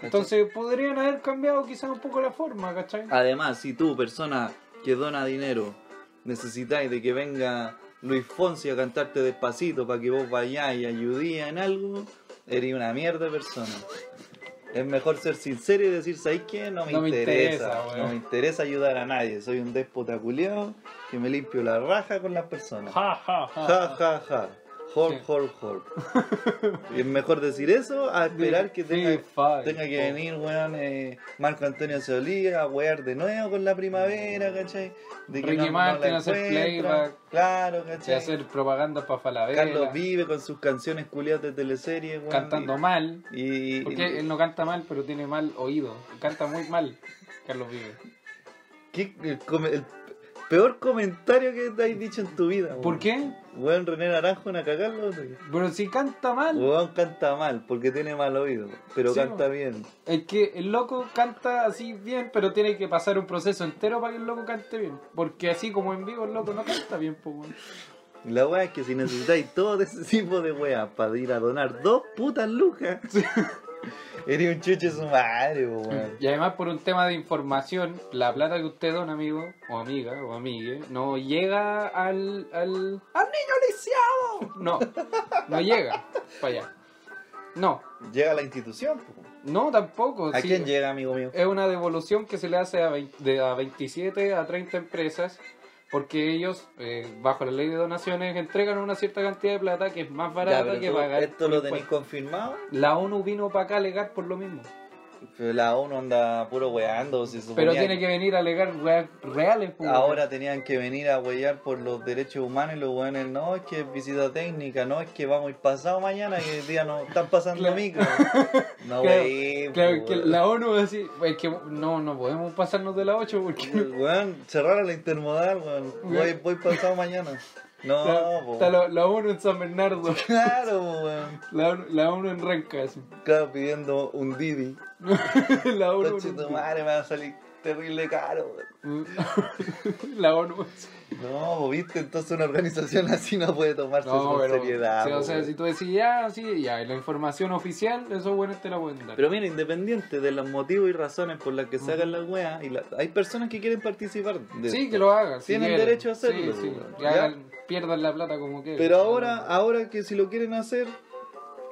Entonces podrían haber cambiado quizás un poco la forma, ¿cachai?
Además, si tú, persona que dona dinero, necesitáis de que venga Luis Fonsi a cantarte despacito para que vos vayáis y ayudías en algo, eres una mierda de persona. Es mejor ser sincero y decir, ¿sabes qué? No me
No me
interesa.
interesa, weón".
no me interesa ayudar a nadie. Soy un déspota culiao que me limpio la raja con las personas.
Ja, ja, ja.
Ja, ja, ja. Hor,
Sí.
hor, hor. Y es mejor decir eso a esperar que
Free
tenga,
Fire,
tenga que
po.
venir, weón, eh, Marco Antonio Solía a wear de nuevo con la primavera, ¿cachai? De
Ricky Martin
la
hacer
encuentran.
playback.
Claro,
De
¿cachai?
hacer propaganda para Falabella,
Carlos vive con sus canciones culiadas de teleserie, weón.
cantando mal.
Y, y-
Porque él no canta mal, pero tiene mal oído. Canta muy mal, Carlos Vives.
¿qué- el, come- el peor comentario que te has dicho en tu vida, weón.
¿Por qué?
Weón, René Naranjo, una cagada, weón.
Pero si canta mal.
Weón canta mal porque tiene mal oído, pero
Sí,
canta
weón.
bien.
Es que el loco canta así bien, pero tiene que pasar un proceso entero para que el loco cante bien. Porque así como en vivo el loco no canta bien, po, weón.
La weá es que si necesitáis todo ese tipo de weá para ir a donar dos putas lucas, Eres un chuche su madre, po, weón.
Y además por un tema de información, la plata que usted don amigo, o amiga, o amigue, no llega al... al... ¡Al niño lisiado! No, no llega para allá. No,
Llega a la institución, po.
no tampoco.
¿A
Oh, sí.
quién llega, amigo mío?
Es una devolución que se le hace a, vein- de a 27 a 30 empresas porque ellos, eh, bajo la ley de donaciones, entregan una cierta cantidad de plata que es más
Ya,
barata
pero
que
tú-
pagar.
¿Esto
por
lo
impuestos.
tenéis confirmado?
La ONU vino para acá a alegar por lo mismo.
Pero la ONU anda puro weando, se
Pero
suponía
tiene que venir a alegar weas reales. pues,
Ahora tenían que venir a huellar por los derechos humanos y los weones, no, es que es visita técnica, no, es que vamos a ir pasado mañana y el día no están pasando
Claro.
micro. No,
Claro,
wey,
Claro, que la ONU va a decir, es que no, no podemos pasarnos de la 8 porque
Pues, Weón, cerraron la intermodal, weón. Voy,
Weón.
voy pasado mañana. No,
la-
po.
está la, la ONU en San Bernardo,
Claro, po, weón.
la, ONU- la ONU en Renca, así.
Claro, pidiendo un Didi.
la ONU,
Coche tu madre, me va a salir terrible caro, weón.
la ONU.
No, po, viste, entonces una organización así no puede tomarse
No,
su
pero,
seriedad.
sí, o
po,
sea,
weón.
si tú decís ya, sí, ya, y la información oficial, eso bueno te la pueden dar.
Pero mira, independiente de los motivos y razones por las que sacan las weas, y la- hay personas que quieren participar. de
sí,
esto.
que lo hagan. si
Tienen
quieren.
derecho a hacerlo,
Sí, sí,
weón,
que
¿ya?
hagan- pierdan la plata como quieran.
Pero ahora, ahora que si lo quieren hacer,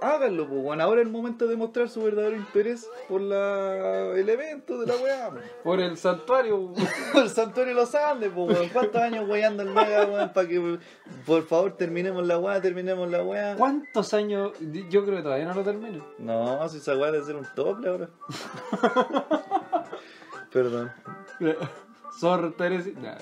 háganlo, pues, weón. Ahora es el momento de mostrar su verdadero interés por la... el evento de la wea. po.
Por el santuario.
Por el Santuario de los Andes, pues, weón. ¿Cuántos años weyando el mega, weón? Para que, por favor, terminemos la wea, terminemos la wea.
¿Cuántos años? Yo creo que todavía no lo termino.
No, si esa wea de ser un tople ahora. Perdón.
Sor Teresa. Nada.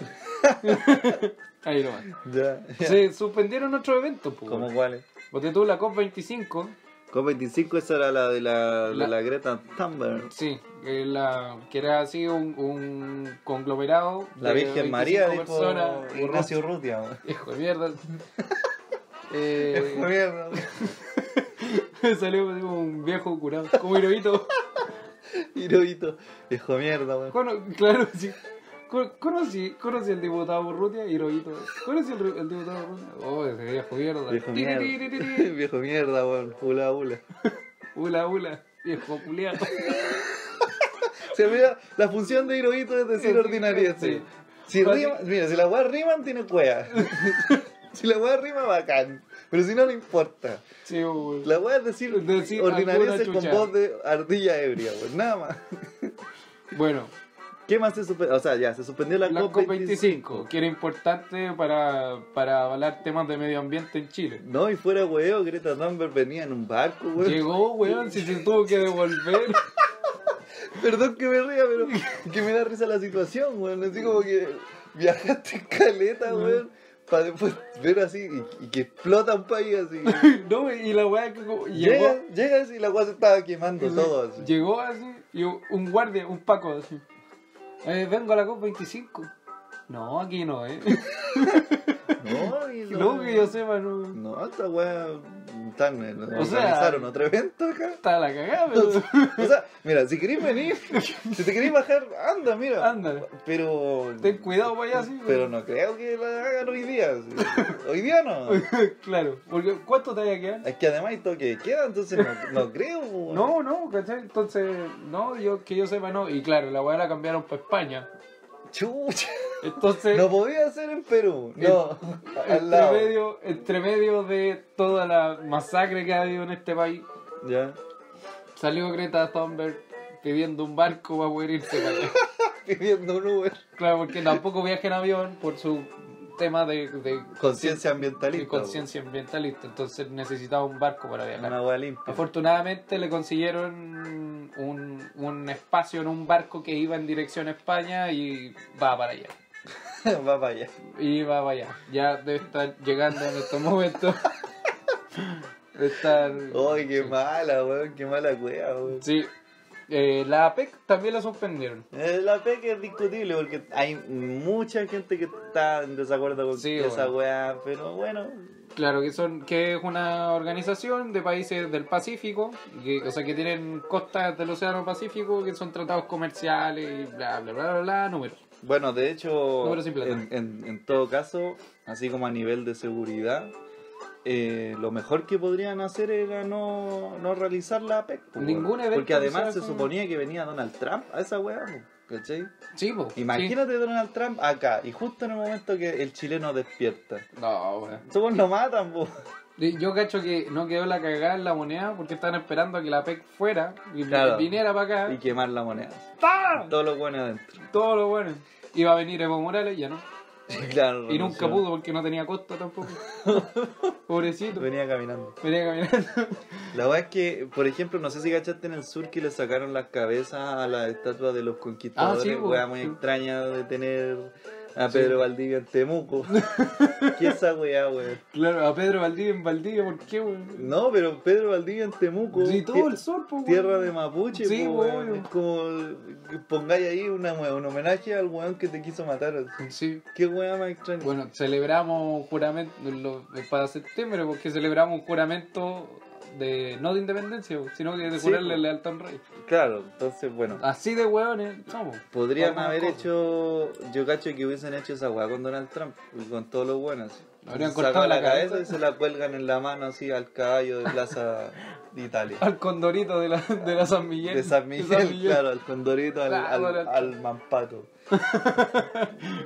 Ahí nomás.
Ya.
Se suspendieron otros eventos, pues.
¿Cómo cuál es?
Porque tú la COP25,
COP25 esa era la de la,
La-
de la Greta Thunberg.
sí, que, la, que era así un, un conglomerado.
La
de
Virgen María,
25
dijo
personas,
Ignacio Rutia. weón.
Hijo de mierda. Eh,
Mierda, weón.
salió así como un viejo curado, como Hirohito.
Hirohito. Dijo mierda, weón.
Cono- claro, sí. Con- Conocí, conocí al diputado Burrutia, Hirohito. Conocí al, re- al diputado Burrutia. Oh, ese viejo mierda.
Viejo
Tiri,
mierda.
tiri, tiri, tiri.
Viejo mierda, weón. Hula hula.
Ula, ula. Viejo culiado.
Se mira, la función de Hirohito es decir
Sí,
ordinariedad.
sí.
Si
Pues,
rima- mira, si la weá riman, tiene cueva. si la weá rima, bacán. Pero si no, no importa.
Sí, güey.
La weá es decir,
Decir
ordinariedades
alguna
con
chucha.
voz de ardilla ebria, weón. Nada más.
Bueno,
¿Qué más se suspendió? O sea, ya, se suspendió la,
la
COP25.
COP25, que era importante para, para avalar temas de medio ambiente en Chile.
No, y fuera huevo, Greta Thunberg venía en un barco, weón.
Llegó, weón, si se tuvo que devolver.
Perdón que me ría, pero que me da risa la situación, weón. Así como que viajaste en caleta, weón, para después ver así y, y que explota un país así.
No, y la weá que como- llegó.
Llega, llegas y la weá se estaba quemando todo así.
Llegó así, y un- un guardia, un paco así. Eh, vengo a la COP25. No, aquí no, eh.
No, y
No, que yo sepa, no.
No, esta weá. Tan, eh,
O sea-
organizaron otro evento acá.
Está la cagada, pero.
O sea, mira, si querés venir, si te querés bajar, anda, mira.
Anda,
Pero.
ten cuidado, vaya así.
Pero no creo que la hagan hoy día. sí. Hoy día no.
Claro, porque ¿cuánto te vaya a quedar?
Es que además hay toque de queda, entonces no, no creo. po.
No, no, ¿cachai? Entonces, no, yo que yo sepa, no. Y claro, la weá la cambiaron para España.
Chucha.
Entonces,
No podía ser en Perú. No. Al
entre,
lado.
medio, entre medio de toda la masacre que ha habido en este país,
Ya.
salió Greta Thunberg pidiendo un barco para poder irse para allá.
Pidiendo un Uber.
Claro, porque tampoco viaja en avión por su tema de, de-
Conciencia
de
ambientalista.
conciencia ambientalista. Entonces necesitaba un barco para
po.
viajar.
Una hueá limpia.
Afortunadamente le consiguieron un, un espacio en un barco que iba en dirección a España y va para allá.
Va para allá.
Y va para allá. Ya debe estar llegando en estos momentos. Debe estar.
Ay, qué mala, weón. Qué mala cueva, weón.
Sí. Eh, la APEC también la suspendieron.
Eh, La peca es discutible porque hay mucha gente que está en desacuerdo con
Sí,
esa
bueno.
weá, pero bueno,
Claro, que son que es una organización de países del Pacífico, que- o sea, que tienen costas del Océano Pacífico, que son tratados comerciales y bla, bla, bla, bla, bla, números.
Bueno, de hecho,
Número sin plata.
en, en- en todo caso, así como a nivel de seguridad, eh, lo mejor que podrían hacer era no, no realizar la APEC. po, pues, weón.
Ningún evento
Porque además se
sea como-
suponía que venía Donald Trump a esa weá, po, ¿cachai?
Sí, po, sí.
Imagínate Donald Trump acá, y justo en el momento que el chileno despierta.
No, weón.
Somos lo matan, pues, po.
Y Yo cacho que no quedó la cagada en la moneda porque estaban esperando a que la PEC fuera y
Claro.
viniera para acá.
Y quemar la moneda.
¡Pam!
Todo lo bueno adentro.
Todo lo bueno. Iba a venir Evo Morales, ya no.
Claro,
Y nunca
renunció.
pudo porque no tenía costo tampoco. Pobrecito.
Venía caminando.
Venía caminando.
La verdad es que, por ejemplo, no sé si cachaste en el sur que le sacaron las cabezas a la estatua de los conquistadores.
Ah, sí, po.
weá muy
Sí.
extraña de tener a
Sí.
Pedro Valdivia en Temuco. ¿Qué esa weá, weón?
Claro, a Pedro Valdivia en Valdivia, ¿por qué, weón?
No, pero Pedro Valdivia en Temuco.
Sí, todo el sol, po, weón.
Tierra de Mapuche,
Sí,
po,
po,
weón.
obvio.
Es como que pongáis ahí una, weá, un homenaje al weón que te quiso matar.
Sí.
Qué weá más extraña.
Bueno, celebramos un juramento lo- eh, para septiembre porque celebramos un juramento de no de independencia, sino que de
Sí,
jurarle
po.
lealtad al rey.
Claro, entonces, bueno.
Así de hueones somos.
Podrían
Algunas
haber
cosas.
hecho. Yo cacho que hubiesen hecho esa weá con Donald Trump y con todos los buenos.
Le habrían
Sacan
cortado la
cabeza
cabeza.
y se la cuelgan en la mano así al caballo de Plaza de Italia.
Al condorito de la, de la San Miguel.
De San Miguel,
De San Miguel.
claro, al condorito, al,
Claro,
al,
Donald
al mampato.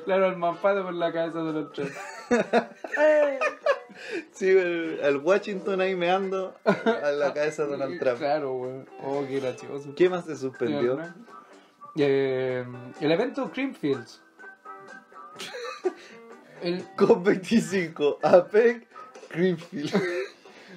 Claro, el mampado por la cabeza de los tres.
Sí, el, al Washington ahí meando a la cabeza de Donald Trump.
Claro, weón. Oh, qué gracioso.
¿Qué más se suspendió?
Eh, el evento Creamfields. El,
Con 25, APEC, Greenfield.
la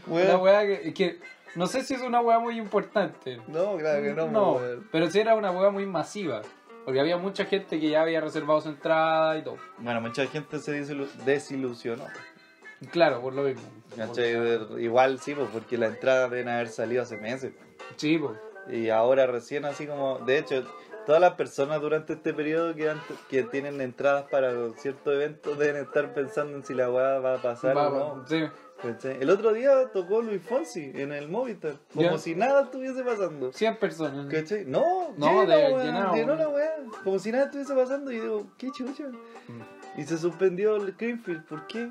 Bueno,
weá que, que no sé si es una weá muy importante.
no, claro que no,
No,
weón.
pero sí era una weá muy masiva. Porque había mucha gente que ya había reservado su entrada y todo.
Bueno, mucha gente se desilu- desilusionó.
Claro, por lo mismo.
¿Cachai? De- Igual sí, pues, porque la entrada deben haber salido hace meses.
Sí, po.
Y ahora recién así como... De hecho, todas las personas durante este periodo que, han- que tienen entradas para ciertos eventos deben estar pensando en si la weá va a pasar
Va,
o no.
sí.
¿cachai? El otro día tocó Luis Fonsi en el Movistar. Como
Ya.
si nada estuviese pasando.
100 personas.
¿Cachai? No,
No,
llena,
de-
weón,
llenado,
llenó
weón.
la weá. Como si nada estuviese pasando. Y digo, qué chucha.
Mm.
Y se suspendió el Greenfield. ¿Por qué?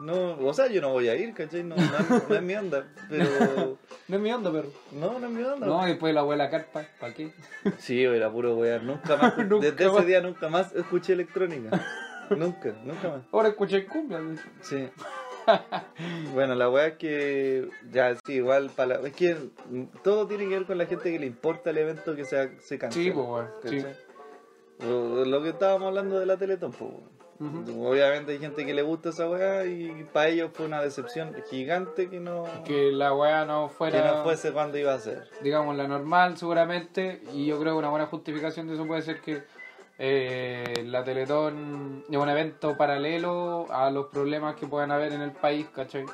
No, o sea, yo no voy a ir, ¿cachai? No, no, es- no es mi onda. Pero.
No es mi onda, pero.
No, no es mi onda.
No, y después la abuela carpa, ¿para qué?
Sí, era puro weá. Nunca más.
Nunca
desde
más.
ese día nunca más escuché electrónica. nunca, nunca más.
Ahora escuché cumbia. de hecho.
Sí. bueno, la weá es que. Ya, sí, igual. Para Es que mm, todo tiene que ver con la gente que le importa el evento que se, se cancela.
Sí, pues, weón. Sí.
¿cachai? Lo, lo que estábamos hablando de la Teletón, pues, weón.
Ujú.
Obviamente hay gente que le gusta esa weá y para ellos fue una decepción gigante que no,
Que la weá no fuera,
que no fuese cuando iba a ser.
digamos, la normal seguramente. Y yo creo que una buena justificación de eso puede ser que eh, la Teletón es un evento paralelo a los problemas que puedan haber en el país, ¿cachai?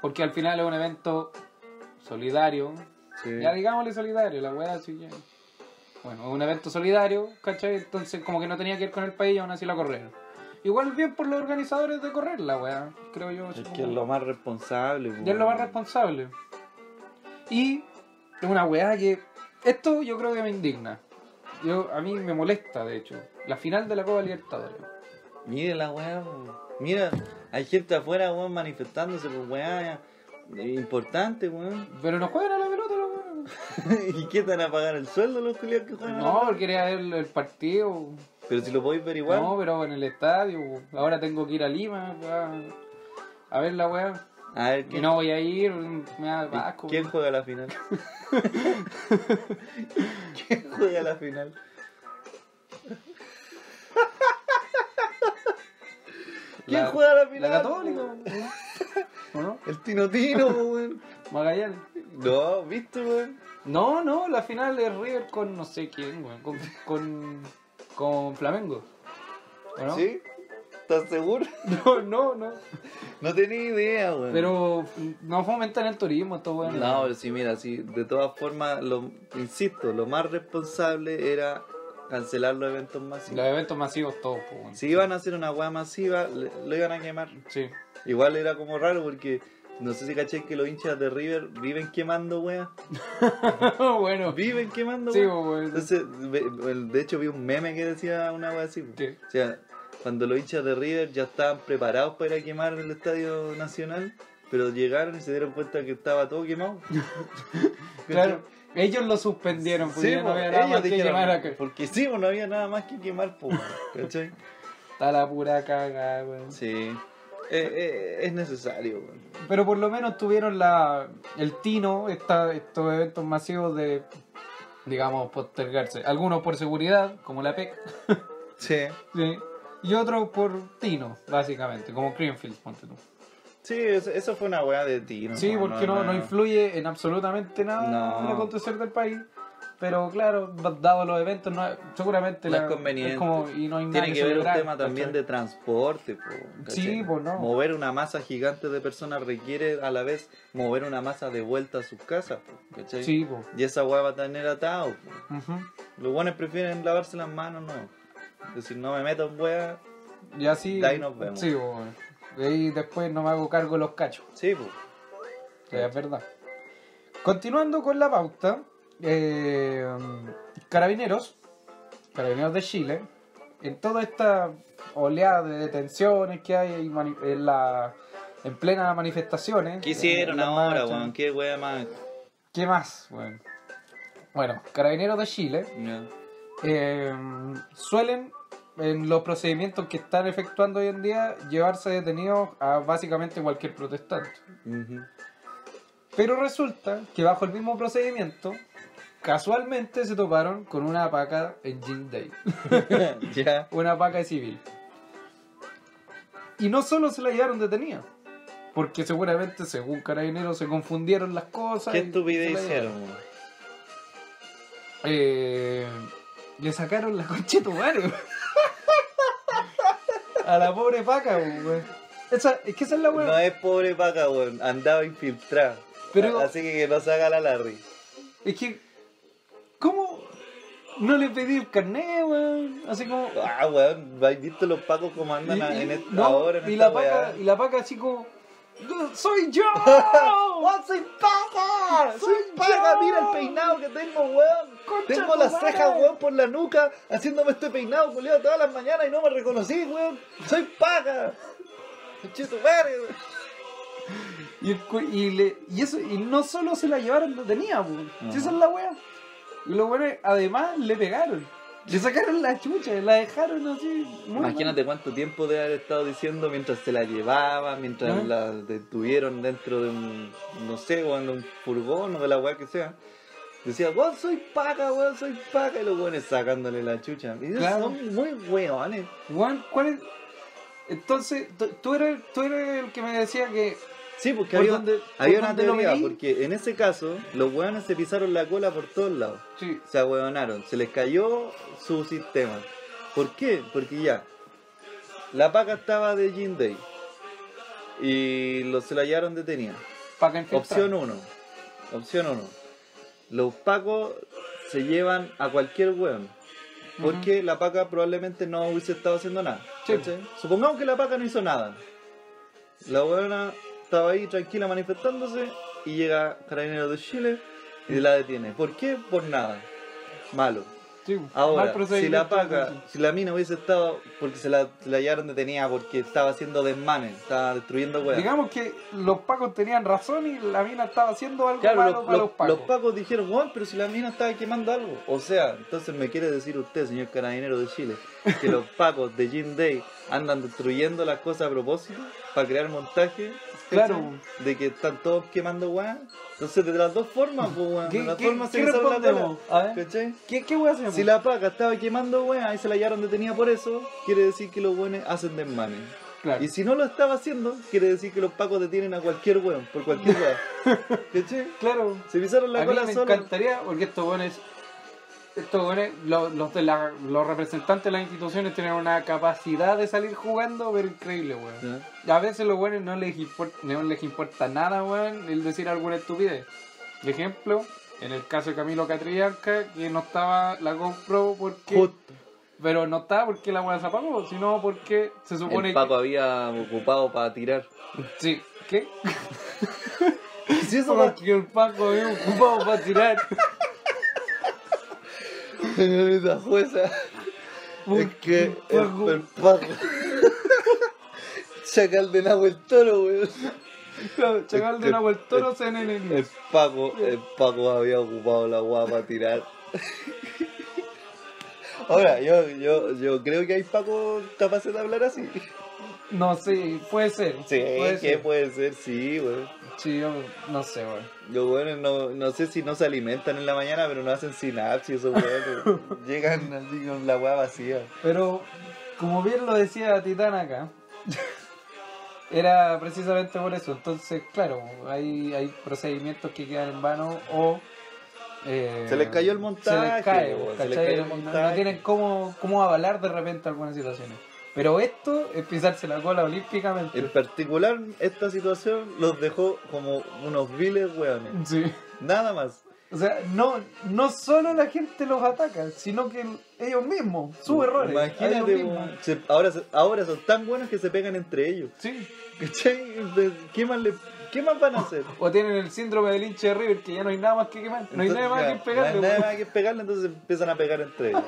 Porque al final es un evento solidario.
Sí.
Ya digámosle solidario, la weá así que... Bueno, es un evento solidario, ¿cachai? Entonces como que no tenía que ver con el país y aún así la corrieron. Igual bien por los organizadores de correr la weá, creo yo. así
Es
como-
que es lo más responsable.
pues, ya es lo más responsable. Y es una weá que. Esto yo creo que me indigna. Yo, a mí me molesta, de hecho. La final de la Copa Libertadores.
Mira la weá, weón. mira, hay gente afuera weón, manifestándose por weá eh, importante, weón.
Pero no juegan a la pelota, los weones.
¿Y qué te van a pagar el sueldo los culiados que juegan?
No, porque quería ver el partido.
Pero si lo podéis ver igual.
No, pero en el estadio. Ahora tengo que ir a Lima a, a ver la weá.
A ver,
Y
¿quién,
no voy a ir, me da asco.
¿quién juega la final? ¿Quién juega la final? ¿Quién
La-
juega la final?
La Católica, weón. ¿o no?
El Tino Tino, weón.
Magallanes.
No, ¿viste, weón?
No, no, la final es River con no sé quién, weón, con, con, con Flamengo. ¿O no?
¿Sí? ¿Estás seguro?
No, no, no.
No tenía idea, weón.
Pero no fomentan el turismo estos weones.
No, pero sí, mira, sí, de todas formas, lo, insisto, lo más responsable era cancelar los eventos
Los
masivos.
eventos masivos todos, po, weón.
Si iban a hacer una weá masiva, le- lo iban a quemar.
Sí.
Igual era como raro porque no sé si caché que los hinchas de River viven quemando weá.
bueno.
Viven quemando
Sí,
weá.
weón.
Entonces, ve- el- de hecho vi un meme que decía una weá así. po.
Sí.
O sea, cuando los hinchas de River ya estaban preparados para ir a quemar el Estadio Nacional, Pero llegaron y se dieron cuenta que estaba todo quemado.
Claro, ellos lo suspendieron porque
Sí,
ya no
po,
había nada
ellos
más que
dijeron, pues,
llamar a que-
Porque sí, po, no había nada más que quemar, po, ¿cachai?
Está la pura caga, weón.
Sí. Eh, eh, es necesario, weón.
Pero por lo menos tuvieron la el tino, esta, estos eventos masivos de, digamos, postergarse. Algunos por seguridad, como la PEC,
Sí.
¿sí? y otros por tino, básicamente, como Greenfield, ponte tú.
Sí, es- eso fue una weá de ti, ¿no?
Sí, porque no, no influye en absolutamente nada
No.
en el acontecer del país. Pero claro, dado los eventos, no, seguramente
No es
la-
conveniente.
es como- y no hay nada
Tiene que ver un
celebrar,
tema también de
¿cachai?
transporte, po, ¿cachai?
Sí, pues, no.
Mover una masa gigante de personas requiere a la vez mover una masa de vuelta a sus casas, po, ¿cachai?
Sí, pues.
Y esa weá va a tener atado, po. Los buenos prefieren lavarse las manos, no. Decir, no me meto en weá.
Y así.
De ahí nos vemos.
Sí, po, weón. De ahí después no me hago cargo de los cachos.
Sí, pues.
que es verdad. Continuando con la pauta, eh, Carabineros, Carabineros de Chile, en toda esta oleada de detenciones que hay en, mani- en la, en plena manifestaciones.
¿Qué hicieron
en las
ahora,
marchas,
weón? ¿Qué weá más?
¿Qué más, weón? Bueno, Carabineros de Chile
No.
eh, suelen en los procedimientos que están efectuando hoy en día llevarse detenidos a básicamente cualquier protestante.
Ujú.
Pero resulta que bajo el mismo procedimiento, casualmente se toparon con una paca en Jean Day,
ya.
una paca civil. Y no solo se la llevaron detenida, porque seguramente según Carabineros se confundieron las cosas.
¿Qué
y se la
estupidez
llevaron.
hicieron, weón?
Eh, le sacaron la concha de tu madre. A la pobre paca, weón. Esa, es que esa es la weón.
No es pobre paca, weón. Andaba infiltrado.
Pero-
Así que que no se haga la Larry.
Es que. ¿Cómo no le pedí el carnet, weón? Así como.
Ah, weón. ¿Has visto los pacos como
Y,
andan
y-
en esta
no,
ahora? En
y
esta
la paca,
weá?
y la paca así como. "Yo ¡Soy yo!
¡Oh, soy paca! ¡Soy
Soy
paca!
yo.
¡Mira el peinado que tengo, weón!
Concha
Tengo
tu
las
madre.
cejas, weón, por la nuca, haciéndome este peinado, culiado, todas las mañanas y no me reconocí, weón. ¡Soy paca! ¡Chito madre, weón!
Y, el cu- y le- y eso, y no solo se la llevaron detenida, weón. Si
Ajá.
Esa es la weá. Y los weones, además, le pegaron. Le sacaron la chucha, la dejaron así. muy mal.
Imagínate cuánto tiempo debe haber estado diciendo mientras se la llevaba, mientras
¿No?
la detuvieron dentro de un, no sé, weón, de un furgón o de la weá que sea. Decía, weón, soy paca, weón, soy paca. Y los weones sacándole la chucha. Y esos
Claro.
son muy weones.
Weón, ¿cuál es? Entonces, tú- tú eres, tú eres el que me decía que.
Sí, porque
¿Por
había,
dónde-
había
por
una
dónde lo
teoría,
mirí?
porque en ese caso, los weones se pisaron la cola por todos lados.
Sí,
se ahueonaron, se les cayó su sistema. ¿Por qué? Porque ya, la paca estaba de Jean Day y lo, se la llevaron detenida.
paca infiltrada.
Opción 1, opción 1. Los pacos se llevan a cualquier weón. Porque la paca probablemente no hubiese estado haciendo nada.
Sí.
¿cachai? Supongamos que la paca no hizo nada. La weona estaba ahí tranquila manifestándose y llega Carabineros de Chile y la detiene. ¿Por qué? Por nada. Malo.
Sí, mal
Ahora, si
procedimiento,
la paca,
entonces.
si la mina hubiese estado, porque se la, se la llevaron detenida porque estaba haciendo desmanes, estaba destruyendo weas.
Digamos que los pacos tenían razón y la mina estaba haciendo algo
Claro,
malo
los,
para
los-
los pacos.
los pacos dijeron, Juan, pero si la mina estaba quemando algo. O sea, entonces me quiere decir usted, señor carabinero de Chile, que los pacos de Jim Day andan destruyendo las cosas a propósito para crear montaje.
Claro.
¿cachai? De que están todos quemando weón. Entonces, de las dos formas, pues, weón.
¿Qué-
De las
qué-
formas se
qué
pisaron la cola.
respondemos? A ver.
¿Cachai?
¿Qué, qué wea hacemos?
Si la paca estaba quemando weá y se la hallaron detenida por eso, quiere decir que los weones hacen desmanes.
Claro.
Y si no lo estaba haciendo, quiere decir que los pacos detienen a cualquier weón, por cualquier weá. ¿Cachai?
claro.
Se pisaron la
a mí
cola
me
solo.
encantaría, porque estos buenos, estos buenos, los, los de la- los representantes de las instituciones tienen una capacidad de salir jugando, pero increíble, weón.
Ya.
A veces los buenos no les importa, no les importa nada, weón, el decir alguna estupidez. De ejemplo, en el caso de Camilo Catrillanca, que no estaba la GoPro porque...
Justo.
Pero no estaba porque la weá se apagó, sino porque se supone
El Paco había ocupado para tirar.
que... Sí, ¿qué?
Si eso va-
Porque el Paco había ocupado para tirar.
Esa jueza. Es que el, el Paco. Chacal de Nahuel Toro, weón.
No, chacal
Eh,
de una vueltoro CNN.
El Paco, el Paco había ocupado la guapa para tirar. Ahora, yo, yo, yo creo que hay Paco capaces de hablar así.
No, sí, puede ser.
Sí,
puede
que
ser.
puede ser, sí, weón.
Sí, yo no sé, weón.
Los weones no, no sé si no se alimentan en la mañana, pero no hacen sinapsis, esos weones. Llegan así con la hueá vacía.
Pero, como bien lo decía Titán acá, era precisamente por eso. Entonces, claro, hay, hay procedimientos que quedan en vano o... eh,
Se les cayó el montaje,
Se les cae,
po,
¿cachai?
se les cayó el
No- No,
montaje.
tienen cómo, cómo avalar de repente algunas situaciones. Pero esto es pisarse la cola olímpicamente.
En particular, esta situación los dejó como unos viles weones.
Sí.
Nada más.
O sea, no, no solo la gente los ataca, sino que ellos mismos, sus errores. a ellos
Imagínate,
mismos.
weón. Se- ahora, se- ahora son tan buenos que se pegan entre ellos.
Sí.
¿Cachai? De- ¿Qué más, le- qué más van a hacer?
O tienen el síndrome del hincha de River, que ya no hay nada más que quemar, no hay
Entonces,
nada más
ya,
que pegarle.
No hay
weón.
nada más que pegarle, entonces empiezan a pegar entre ellos.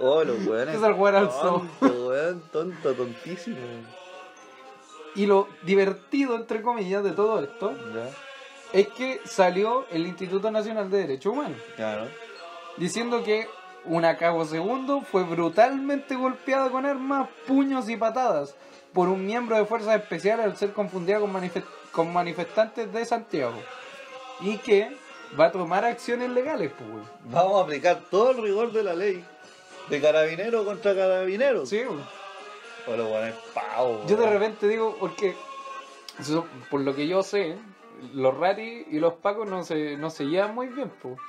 Oh, los weones.
Empiezan a jugar al zoo.
Tonto, weón, tonto, tontísimo.
Y lo divertido, entre comillas, de todo esto
Ya,
es que salió el Instituto Nacional de Derechos Humanos
claro.
diciendo que una cabo segundo fue brutalmente golpeada con armas, puños y patadas por un miembro de fuerzas especiales al ser confundida con, manife- con manifestantes de Santiago y que va a tomar acciones legales, pues. weón.
Vamos a aplicar todo el rigor de la ley. De carabinero contra carabinero.
Sí, weón.
O los weones, pavo.
Yo de
weón.
repente digo, porque eso, por lo que yo sé, los ratis y los pacos no se, no se llevan muy bien, pues. po.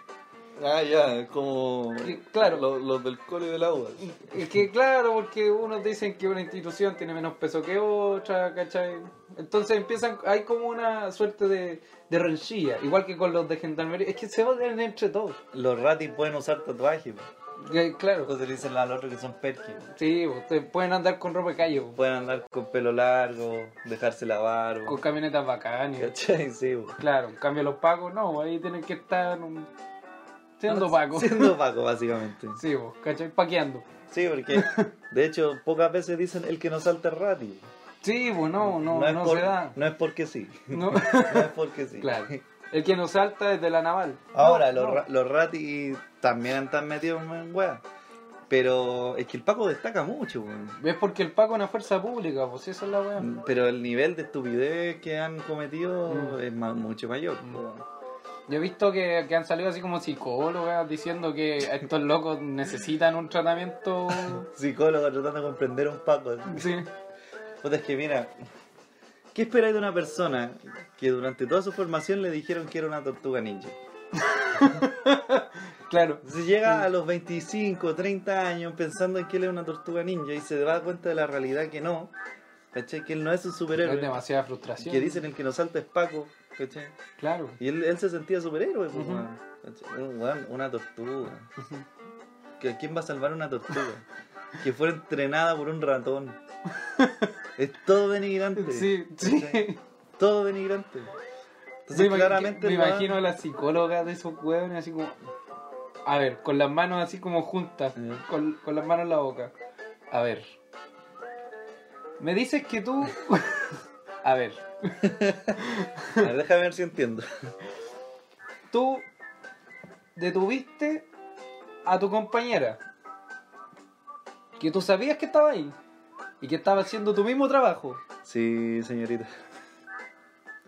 Ah, ya, es como.
Sí, claro.
Los, los del cole del agua.
Es que claro, porque unos dicen que una institución tiene menos peso que otra, ¿cachai? Entonces empiezan, hay como una suerte de, de rencilla, igual que con los de gendarmería, es que se odian entre todos.
Los ratis pueden usar tatuajes. weón.
Que, Claro,
Entonces le dicen al otro que son perkis. weón.
sí, ustedes pueden andar con ropa de calle, po,
Pueden andar con pelo largo, dejarse lavar.
con
weón.
camionetas bacanas.
¿Cachai? Sí, weón.
Claro, en cambio los pacos no, ahí tienen que estar um,
Ah,
siendo pacos.
Siendo Paco, básicamente.
Sí, vos, ¿cachai? Paqueando.
Sí, porque de hecho pocas veces dicen el que no salta es rati.
Sí, pues no, no, no,
es por-
se da.
No es porque sí.
No.
No es porque sí.
claro. El que nos salta es de la naval.
Ahora,
No,
los,
no.
ra- los ratis también están metidos en weá. Pero es que el Paco destaca mucho, weón.
Es porque el Paco es una fuerza pública, pues esa es la weá.
Pero el nivel de estupidez que han cometido
Mm.
es ma- mucho mayor.
Mm.
weón.
Yo he visto que, que han salido así como psicólogas diciendo que estos locos necesitan un tratamiento.
Psicólogo tratando de comprender a un Paco.
Sí.
Puta, es que mira, ¿qué esperáis de una persona que durante toda su formación le dijeron que era una tortuga ninja?
Claro.
Si
Mm.
llega a los 25, 30 años pensando en que él es una tortuga ninja y se da cuenta de la realidad que no, ¿cachai? Que él no es un
Es
superhéroe.
demasiada
Y
frustración.
que dicen el que nos salta es Paco, ¿cachai?
Claro.
Y él, él se sentía superhéroe, pues,
Ujú.
weón, ¿cachai? Un weón, una tortuga. ¿Que ¿Quién va a salvar una tortuga? Que fue entrenada por un ratón. Es todo denigrante.
Sí,
¿cachai?
sí.
Todo denigrante.
me
Entonces,
imagino,
claramente.
me
el weón-
imagino a las psicólogas de esos huevones así como. A ver, con las manos así como juntas,
Ya.
con, con las manos en la boca. A ver. Me dices que tú. a ver,
A ver, déjame ver si entiendo.
tú detuviste a tu compañera. Que tú sabías que estaba ahí. Y que estaba haciendo tu mismo trabajo.
Sí, señorita.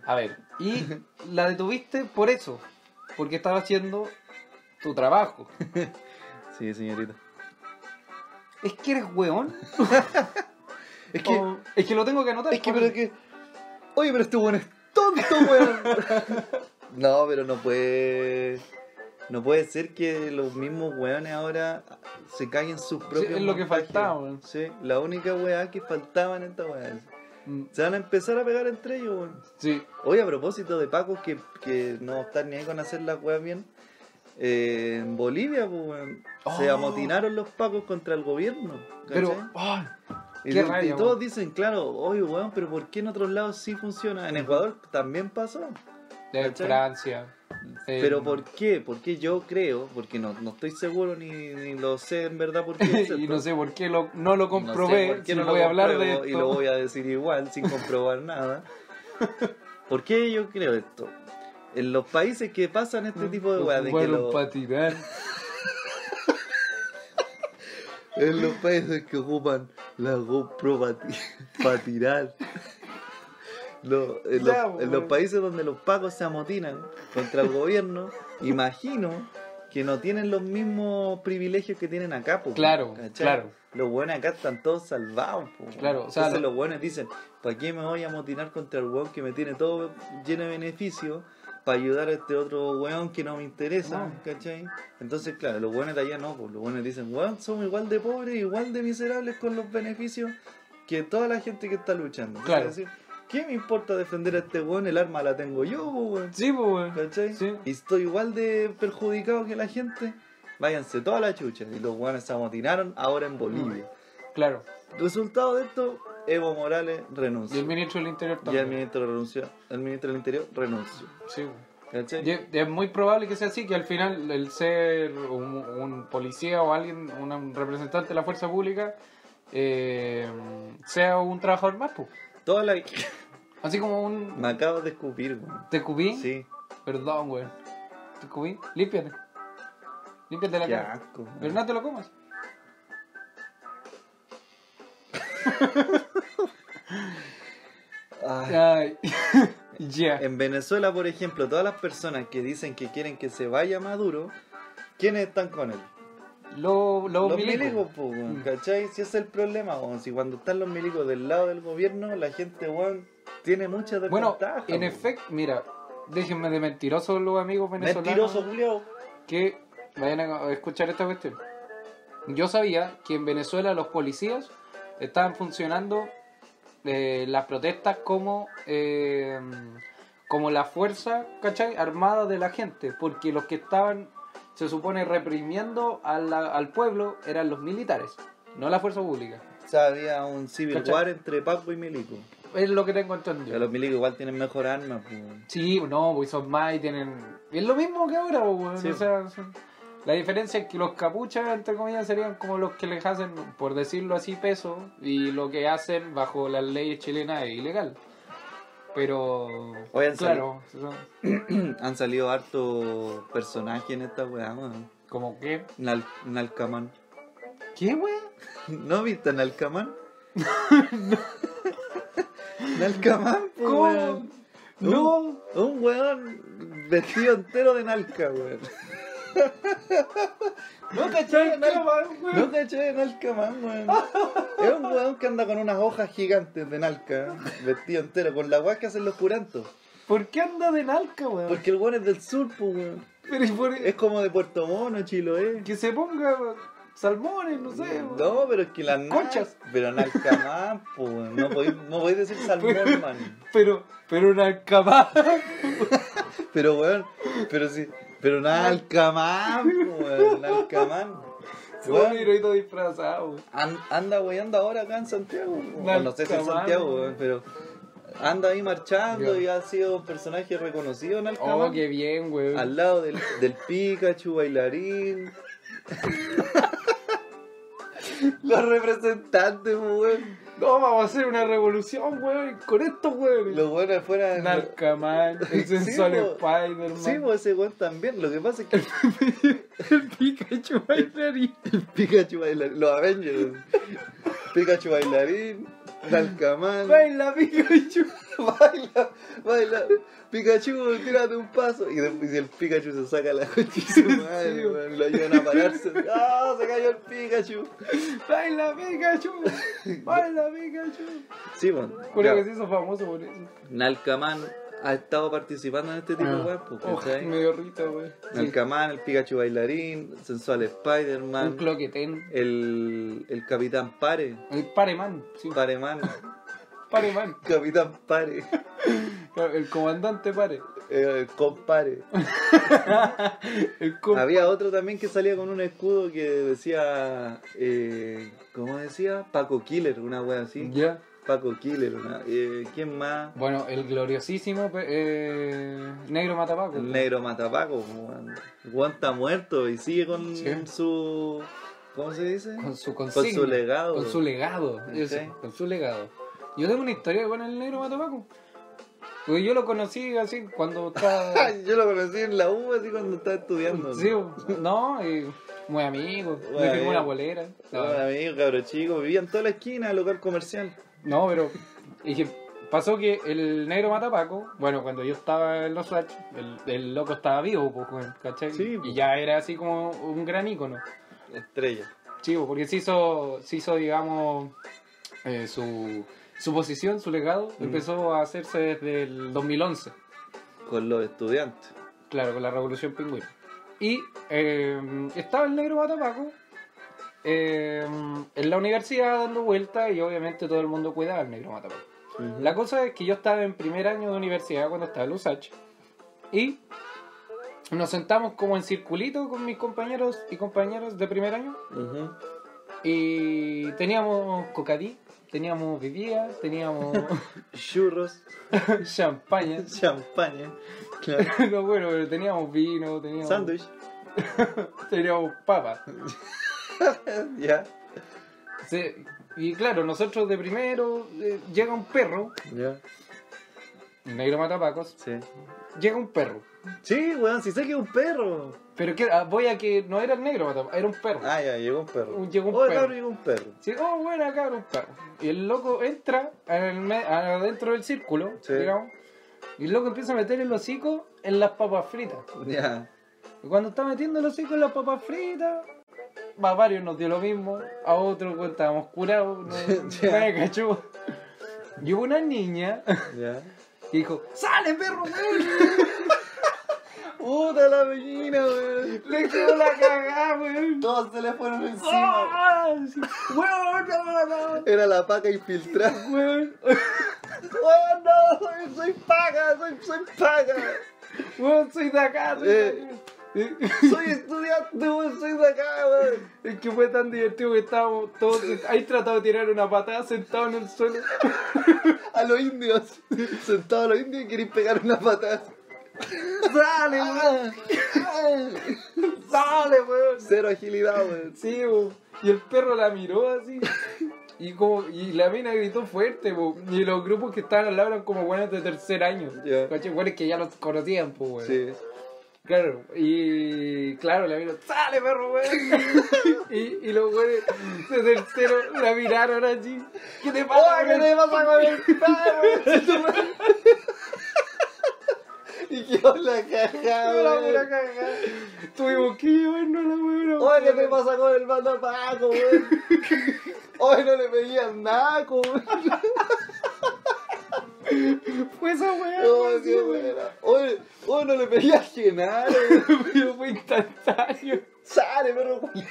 A ver, y la detuviste por eso. Porque estaba haciendo tu trabajo.
Sí, señorita.
Es que eres hueón.
Es que.
O- es que lo tengo que anotar.
Es que,
por-
pero que. Oye, pero este weón es tonto, weón. no, pero no puede. No puede ser que los mismos weones ahora se caguen sus propios.
es lo que
montajes.
faltaba, weón.
Sí, la única weá que faltaba en esta weá.
Mm,
Se van a empezar a pegar entre ellos, weón.
Sí,
Oye, a propósito de Paco que, que no están ni ahí con hacer las weas bien. eh, en Bolivia, pues, weón, se
Oh.
amotinaron los pacos contra el gobierno.
pero.
¿cachai?
¡ay!
Y,
Qué
de- y
rabia,
todos
weón.
dicen, claro, oye, weón, pero ¿por qué en otros lados sí funciona? En Ecuador también pasó.
de
¿Cachai?
Francia. en-
Pero ¿por qué? Porque yo creo, porque no, no estoy seguro ni, ni lo sé en verdad por qué. es
y
esto.
no sé por qué lo- no lo
No sé
comprobé.
por qué
si
no lo
voy a hablar de
compruebo
esto.
Y lo voy a decir igual, sin comprobar nada. ¿Por qué yo creo esto? En los países que pasan este
Mm,
tipo de weas, de que
Jugar un
los-
patinal.
en los países que ocupan la GoPro para tirar. Lo- en,
Ya,
los, en
weón.
los países donde los pagos se amotinan contra el gobierno, imagino que no tienen los mismos privilegios que tienen acá, po,
Claro,
¿cachai?
claro.
Los buenos acá están todos salvados, po,
Claro, o sea,
Entonces
lo-
los buenos dicen, ¿para qué me voy a amotinar contra el weón que me tiene todo lleno de beneficios? Para ayudar a este otro weón que no me interesa,
No.
¿cachai? Entonces, claro, los buenos de allá no, pues los buenos dicen, weón, somos igual de pobres, igual de miserables con los beneficios que toda la gente que está luchando.
Claro.
Es decir, ¿qué me importa defender a este weón? El arma la tengo yo, po, weón.
Sí, pues, weón.
¿Cachai?
Sí.
Y estoy igual de perjudicado que la gente. Váyanse toda la chucha. Y los weones se amotinaron ahora en Bolivia.
Claro.
Resultado de esto, Evo Morales renuncia.
Y el ministro del Interior
Y el
también.
ministro renunció. El ministro del Interior renunció.
Sí, weón.
¿Cachai?
Y es- es muy probable que sea así, que al final el ser un, un policía o alguien, una- un representante de la fuerza pública, eh, sea un trabajador más, pues.
Toda la...
Así como un...
Me acabo de escupir, weón.
¿Te cubí?
Sí.
Perdón, weón. ¿Te cubí? Límpiate. Límpiate la
Qué
cara.
asco. weón.
Pero no te lo comas.
Ay.
Ay. Ya.
En Venezuela, por ejemplo, todas las personas que dicen que quieren que se vaya Maduro, ¿quiénes están con él?
Lo, lo
los
milico.
milicos, po, weón,
Mm.
¿cachai? Si ese es el problema, weón, si cuando están los milicos del lado del gobierno, la gente, weón, tiene muchas
Bueno,
desventajas.
en
weón.
efecto, mira, déjenme de mentirosos los amigos venezolanos.
Mentiroso, Julio.
que vayan a escuchar esta cuestión. Yo sabía que en Venezuela los policías estaban funcionando eh, las protestas como, eh, como la fuerza ¿cachai? armada de la gente, porque los que estaban, se supone, reprimiendo a la- al pueblo eran los militares, no la fuerza pública.
O sea, había un civil
¿Cachai?
war entre Paco y milico.
Es lo que tengo
Que
entendido.
los milicos igual tienen mejor armas, po, weón.
Sí, no, pues son más y tienen... Es lo mismo que ahora, pues, weón,
Sí.
o sea, son- La diferencia es que los capuchas, entre comillas, serían como los que les hacen, por decirlo así, peso y lo que hacen bajo las leyes chilenas es ilegal. Pero...
Oigan,
claro, son-
Han salido hartos personajes en esta weá, weón.
como que...
Nal- Nalcamán.
¿Qué, weón?
¿No viste a Nalcamán? Nalcamán, po,
¿Cómo? Oh,
weón.
No.
Un weón vestido entero de Nalca, weón. No caché de Nalca, no caché de Nalca, man, weón. Es un weón que anda con unas hojas gigantes de Nalca, vestido entero, con la guay que hacen los curantos.
¿Por qué anda de nalca, weón?
Porque el weón es del sur, pues, weón.
Pero ¿y por-
Es como de Puerto Mono, Chiloé.
Que se ponga salmones, no sé, weón.
No, pero es que las nal-
Conchas.
Pero Nalcamán, pues, weón. no podéis no podéis decir salmón, man.
Pero, pero una cama.
Pero, weón, pero sí, pero Nalcamán, pues, weón, Nalcamán.
Se va a
Weón,
ir oído disfrazado, weón.
An- anda weyando ahora acá en Santiago. o
Mal
no sé si en
cabrón.
Santiago, weón, pero anda ahí marchando
Ya.
y ha sido un personaje reconocido en Alcamán.
Oh, qué bien, weón.
Al lado del, del Pikachu, bailarín. Los representantes, weón.
No, vamos a hacer una revolución, weón, con estos weones.
Los buenos afuera.
Narcaman, el
Sí,
sensual
po.
Spider-Man.
Sí, pues ese weón también. Lo que pasa es que
el Pikachu bailarín.
el Pikachu bailarín. Los Avengers. Pikachu bailarín. Talcamán.
Baila Pikachu.
Baila, baila. Pikachu, tírate un paso. Y después el Pikachu se saca la cuchilla, madre,
Sí.
weón, lo ayudan a pararse. ¡Ah! se cayó el Pikachu.
Baila Pikachu. Baila Pikachu.
Sí, bueno.
Juro que se hizo famoso por eso.
Nalcamán ha estado participando en este tipo de weas, pues,
Oh,
¿cachai?
me dio rita, weón.
Nalcamán, el Pikachu bailarín, sensual
Un
Spider-Man,
cloquetén.
el, el Capitán Pare,
El Pareman. Sí,
Pareman,
Pareman.
Capitán Pare,
El comandante Pare.
eh, compare.
El com-
Había otro también que salía con un escudo que decía, eh, ¿cómo decía? Paco Killer, una wea así.
Ya.
Paco Killer, una, eh, ¿quién más?
Bueno, el gloriosísimo eh, Negro Matapaco.
El negro matapaco, weón. El weón está muerto y sigue con
Sí.
su... ¿Cómo se dice?
Con su
Con
consigna.
su legado.
Con su legado, eso,
Ok.
con su legado. Yo tengo una historia con el negro Matapaco. Pues yo lo conocí así cuando estaba.
Yo lo conocí en la U, así cuando estaba estudiando.
Sí, no, y muy amigo.
Muy
me firmó
amigo.
una bolera.
No, amigo, cabro chico, vivía en toda la esquina, local comercial.
No, pero es que pasó que el negro Matapaco, bueno, cuando yo estaba en los Swatch, el, el loco estaba vivo, pues, weón, ¿cachai?
Sí, pues.
Y ya era así como un gran ícono.
Estrella.
Chivo, porque se hizo, se hizo digamos, eh, su, su posición, su legado,
Mm.
empezó a hacerse desde el 2011,
Con los estudiantes.
claro, con la Revolución Pingüina. Y eh, estaba el negro Matapaco eh, en la universidad dando vueltas y obviamente todo el mundo cuidaba al negro Matapaco. La cosa es que yo estaba en primer año de universidad cuando estaba en USACH y nos sentamos como en circulito con mis compañeros y compañeras de primer año
Ujú.
y teníamos cocadí, teníamos bebida, teníamos
Churros,
champaña,
champaña, claro.
no bueno, pero teníamos vino, teníamos
sándwich,
teníamos papas.
ya,
Se- y claro, nosotros de primero eh, llega un perro,
ya,
negro matapacos,
sí.
llega un perro.
Sí, weón, si sé que es un perro.
Pero que, ah, voy a que no era el negro matapacos, era un perro.
Ah, ya, llegó un perro.
Un- llegó un
oh,
perro.
cabrón, llegó un perro.
Sí, oh, bueno, acá era un perro. Y el loco entra al me- adentro del círculo,
Sí.
digamos, y el loco empieza a meter el hocico en las papas fritas.
Ya,
Y cuando está metiendo el hocico en las papas fritas, a varios nos dio lo mismo, a otros pues, estábamos curados, no-
Ya.
nadie cachó. Y hubo una niña
ya.
que dijo, ¡Sale, perro, weón!
Puta la bellina, weón.
Le quedó la cagada, weón.
Todos se le fueron encima.
¡Ah! Sí. ¡Weón, no, no,
Era la paca infiltrada.
no, weón!
¡Oh, no! Soy, soy paga, soy, soy paga.
¡Weón, soy de acá! Soy de acá.
Soy estudiante, weón, soy de acá, weón.
Es que fue tan divertido que estábamos todos. Ahí tratado de tirar una patada sentado en el suelo.
A los indios. Sentado a los indios y queréis pegar una patada.
¡Sale, weón! ¡Sale, weón!
Cero agilidad, weón.
Sí, weón. Y el perro la miró así. Y como y la mina gritó fuerte, weón. Y los grupos que estaban al lado eran como buenos de tercer año.
Ya.
Caché, Buenos que ya los conocían, pues, weón.
Sí.
Claro, y claro, la vieron, ¡sale, perro, weón! y, y los güeyes de tercero la miraron así. ¿Qué te pasa?
¿qué te
pasa con el
Y quedó la caja, weón.
Tuvimos que llevarnos a la weona.
Oye, ¿qué te pasa con el matapaco, weón? Oye, no le pedías nada, weón.
Fue esa weá.
No,
weón,
qué
sí, weón.
buena. Oye, oye, no le pedías que nada, weón.
Pero fue
Eh.
instantáneo.
Sale, perro. culiao.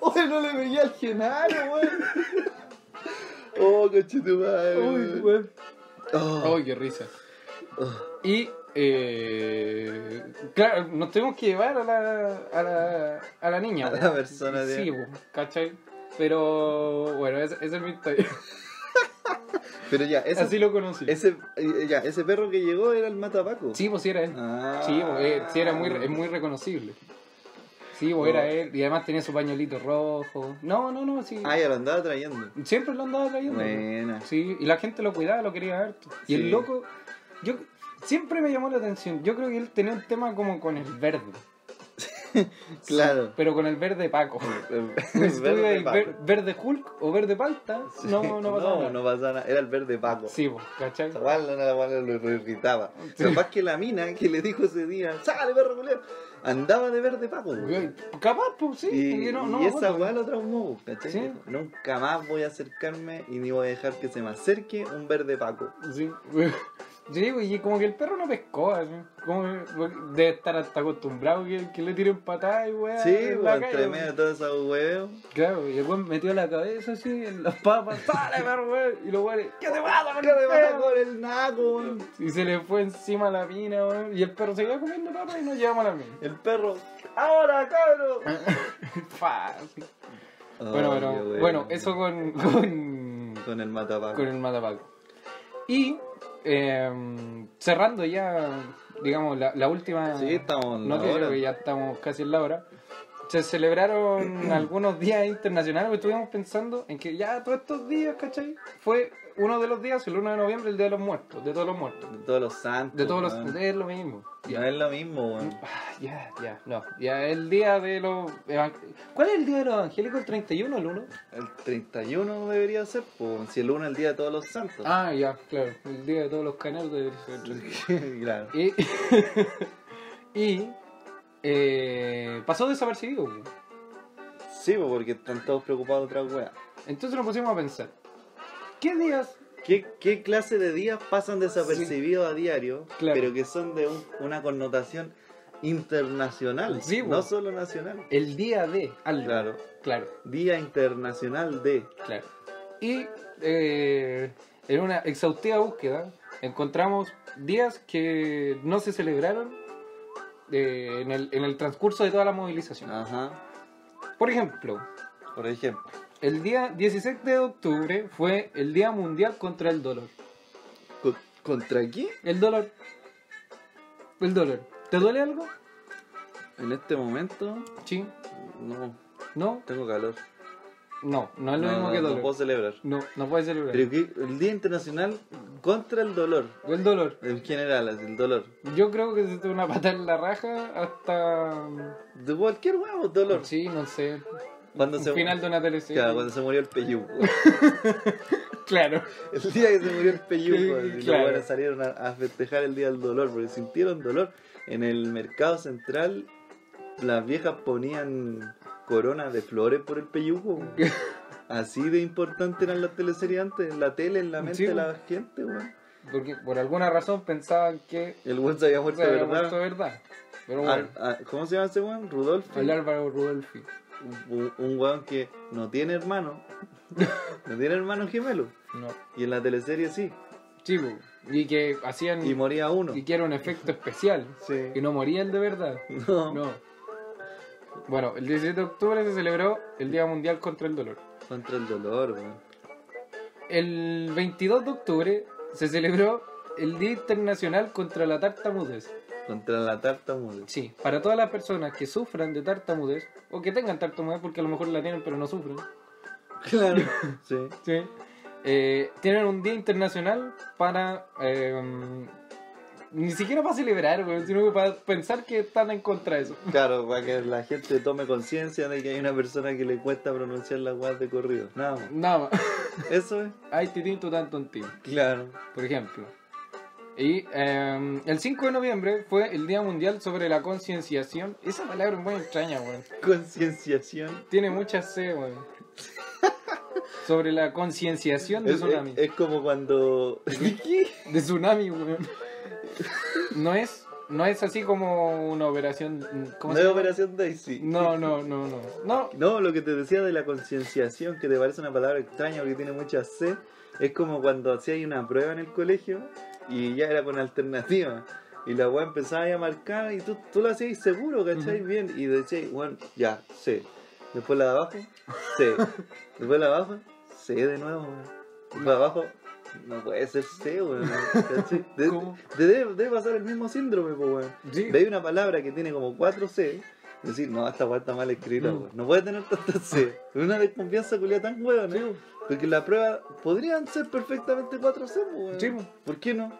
Oye, no le veía al Genaro, weón. Oh, conchetumadre.
Uy,
weón.
weón.
Oh,
Ay, qué risa.
oh.
Y, eh, claro, nos tuvimos que llevar a la, a la, a la niña.
A
weón.
la persona,
Sí,
tío.
bo, ¿cachai? Pero bueno, esa esa es mi historia.
Pero ya, ese,
Así lo conocí.
ese, eh, ya, ese perro que llegó era el matapaco.
Sí, pues sí era él.
Ah.
Sí, bo, eh, sí era muy, es muy reconocible. Sí, bo,
Oh.
era él. Y además tenía su pañuelito rojo. No, no, no, sí.
Ah, ya lo andaba trayendo.
Siempre lo andaba trayendo.
Buena.
Sí, y la gente lo cuidaba, lo quería harto. Y
Sí.
el loco, yo siempre me llamó la atención. Yo creo que él tenía un tema como con el verde.
Claro.
Pero con el verde Paco. Si tú
verde
veías
Paco.
ver- verde Hulk o verde Palta,
Sí.
no, no pasaba nada.
no pasaba nada. Era el verde Paco.
Sí, bo, ¿cachai?
Esa guarda, no la guarda lo, lo irritaba. Capaz que la mina que le dijo ese día, ¡sale, perro culero! Andaba de verde Paco, weón.
Güey, Capaz, pues sí.
Y,
no,
y
no me
esa
acuerdo.
weá lo traumó, ¿cachai?
Sí.
Dijo, Nunca más voy a acercarme y ni voy a dejar que se me acerque un verde paco.
Sí. Sí, güey, y como que el perro no pescó, así. Como que- porque debe estar hasta acostumbrado que, que le tiren patadas y weá.
Sí,
en Eh, la
weón,
calle,
entre medio de
güey.
todos esos huevos.
Claro, y el weón metió la cabeza así en las papas. ¡Sale, perro, güey! Y los weones, ¿qué te pasa, eh?
¿Qué le pasa
perro?
con el naco, weón?
Y se le fue encima la mina, güey. Y el perro seguía comiendo papas y nos llevamos a la mina.
El perro, ¡ahora, cabrón!
Fácil.
Ay,
Bueno,
qué
bueno,
bueno.
bueno, eso con- con
Con el matapaco.
con el matapaco. Y eh, cerrando ya, digamos, la, la última
Sí, estamos en la
noticia,
hora.
porque ya estamos casi en la hora. Se pues, celebraron algunos días internacionales, porque estuvimos pensando en que ya todos estos días, ¿cachai? Fue uno de los días, el 1 de noviembre, el Día de los Muertos, de todos los muertos.
De todos los santos.
De todos los...
weón.
Es lo mismo.
No es lo mismo, weón.
Ah, Ya, ya, no. Ya, el día de los... evan- ¿Cuál es el día de los evangélicos? ¿El 31 o el 1?
El 31 debería ser, pues, si el 1 es el día de todos los santos.
Ah, ya, claro. El día de todos los canales de...
claro.
Y, y eh, pasó desapercibido. güey.
Sí, pues, porque están todos preocupados de otra weá.
Entonces nos pusimos a pensar, ¿qué días?
¿Qué, ¿Qué clase de días pasan desapercibidos a diario,
Claro.
pero que son de un- una connotación internacional,
Sí,
no
po.
solo nacional?
El día de algo.
Claro,
claro.
Día Internacional de...
claro. Y eh, en una exhaustiva búsqueda encontramos días que no se celebraron eh, en, el, en el transcurso de toda la movilización.
Ah. Ajá,
Por ejemplo,
por ejemplo.
el día 16 de octubre fue el Día Mundial contra el Dolor.
Co- ¿Contra qué?
El dolor. El dolor. ¿Te duele algo?
En este momento,
Sí.
no,
No,
tengo calor.
no, no es Ah, lo
no,
mismo
no,
que
no puedo
dolor.
celebrar.
No, no puede celebrar.
Pero que el Día Internacional contra el Dolor,
El dolor.
en general, así, el dolor.
Yo creo que desde una pata en la raja hasta.
De cualquier huevo, dolor.
Sí, no sé.
Cuando
un
se-
final de una teleserie.
Claro, cuando se murió el peyuco.
Claro.
El día que se murió el peyuco,
Sí,
así, los
claro.
hueones salieron a, a festejar el día del dolor, porque sintieron dolor. En el mercado central, las viejas ponían coronas de flores por el peyuco. weón. Así de importante eran las teleseries antes, en la tele, en la mente
Sí,
de la gente, weón.
Porque por alguna razón pensaban que
El buen se había muerto,
se había
¿verdad?
muerto de verdad. Pero bueno,
Ah, ah, ¿Cómo se llama ese weón? Rudolfo.
el Álvaro Rudolfi.
Un, un weón que no tiene hermano. no tiene hermano gemelo.
No.
Y en la teleserie sí.
Chivo. Y que hacían.
Y moría uno.
Mm. y que era un efecto especial.
Sí.
Que no moría el de verdad.
No.
No. Bueno, el 17 de octubre se celebró el Día Mundial contra el Dolor.
Contra el dolor, weón.
El 22 de octubre se celebró el Día Internacional contra la Tartamudez.
Contra la tartamudez.
Sí, para todas las personas que sufran de tartamudez o que tengan tartamudez porque a lo mejor la tienen pero no sufren.
Claro. Sí.
Sí. eh, tienen un día internacional para... eh, ni siquiera para celebrar, güey, sino que para pensar que están en contra de eso.
Claro, para que la gente tome conciencia de que hay una persona que le cuesta pronunciar las guas de corrido. Nada más.
Nada más.
Eso es.
Ay, titín, tu tanto
Claro.
por ejemplo. Y eh, el 5 de noviembre fue el Día Mundial sobre la Concienciación. Esa palabra es muy extraña, weón.
Concienciación.
Tiene mucha C, weón. Sobre la concienciación de
Es,
tsunami.
es- es como cuando.
De tsunami, weón. No es, no es así como una operación... ¿cómo
No
se
es
llama?
Operación Daisy.
No, no, no, no. No,
No, lo que te decía de la concienciación, que te parece una palabra extraña porque tiene mucha C, es como cuando hacías una prueba en el colegio y ya era con alternativa. Y la weá empezaba ya a marcar y tú, tú lo hacías seguro, ¿cachai?
Ujú.
Bien. Y decías, bueno, ya, C. Después la de abajo, C. Después la de abajo, C de nuevo, weón. Después la de abajo, no puede ser C, weón. ¿cachai? De-
¿Cómo?
de- debe, debe pasar el mismo síndrome, pues, weón.
Sí.
De ahí una palabra que tiene como 4 C. Decir, no, esta weá está mal escrita,
Mm. Ah.
weón. No puede tener tantas C. Es una desconfianza culia tan weón,
Sí,
Porque la prueba podrían ser perfectamente 4 C, pues, weón.
sí, Ah. weón.
¿Por qué no?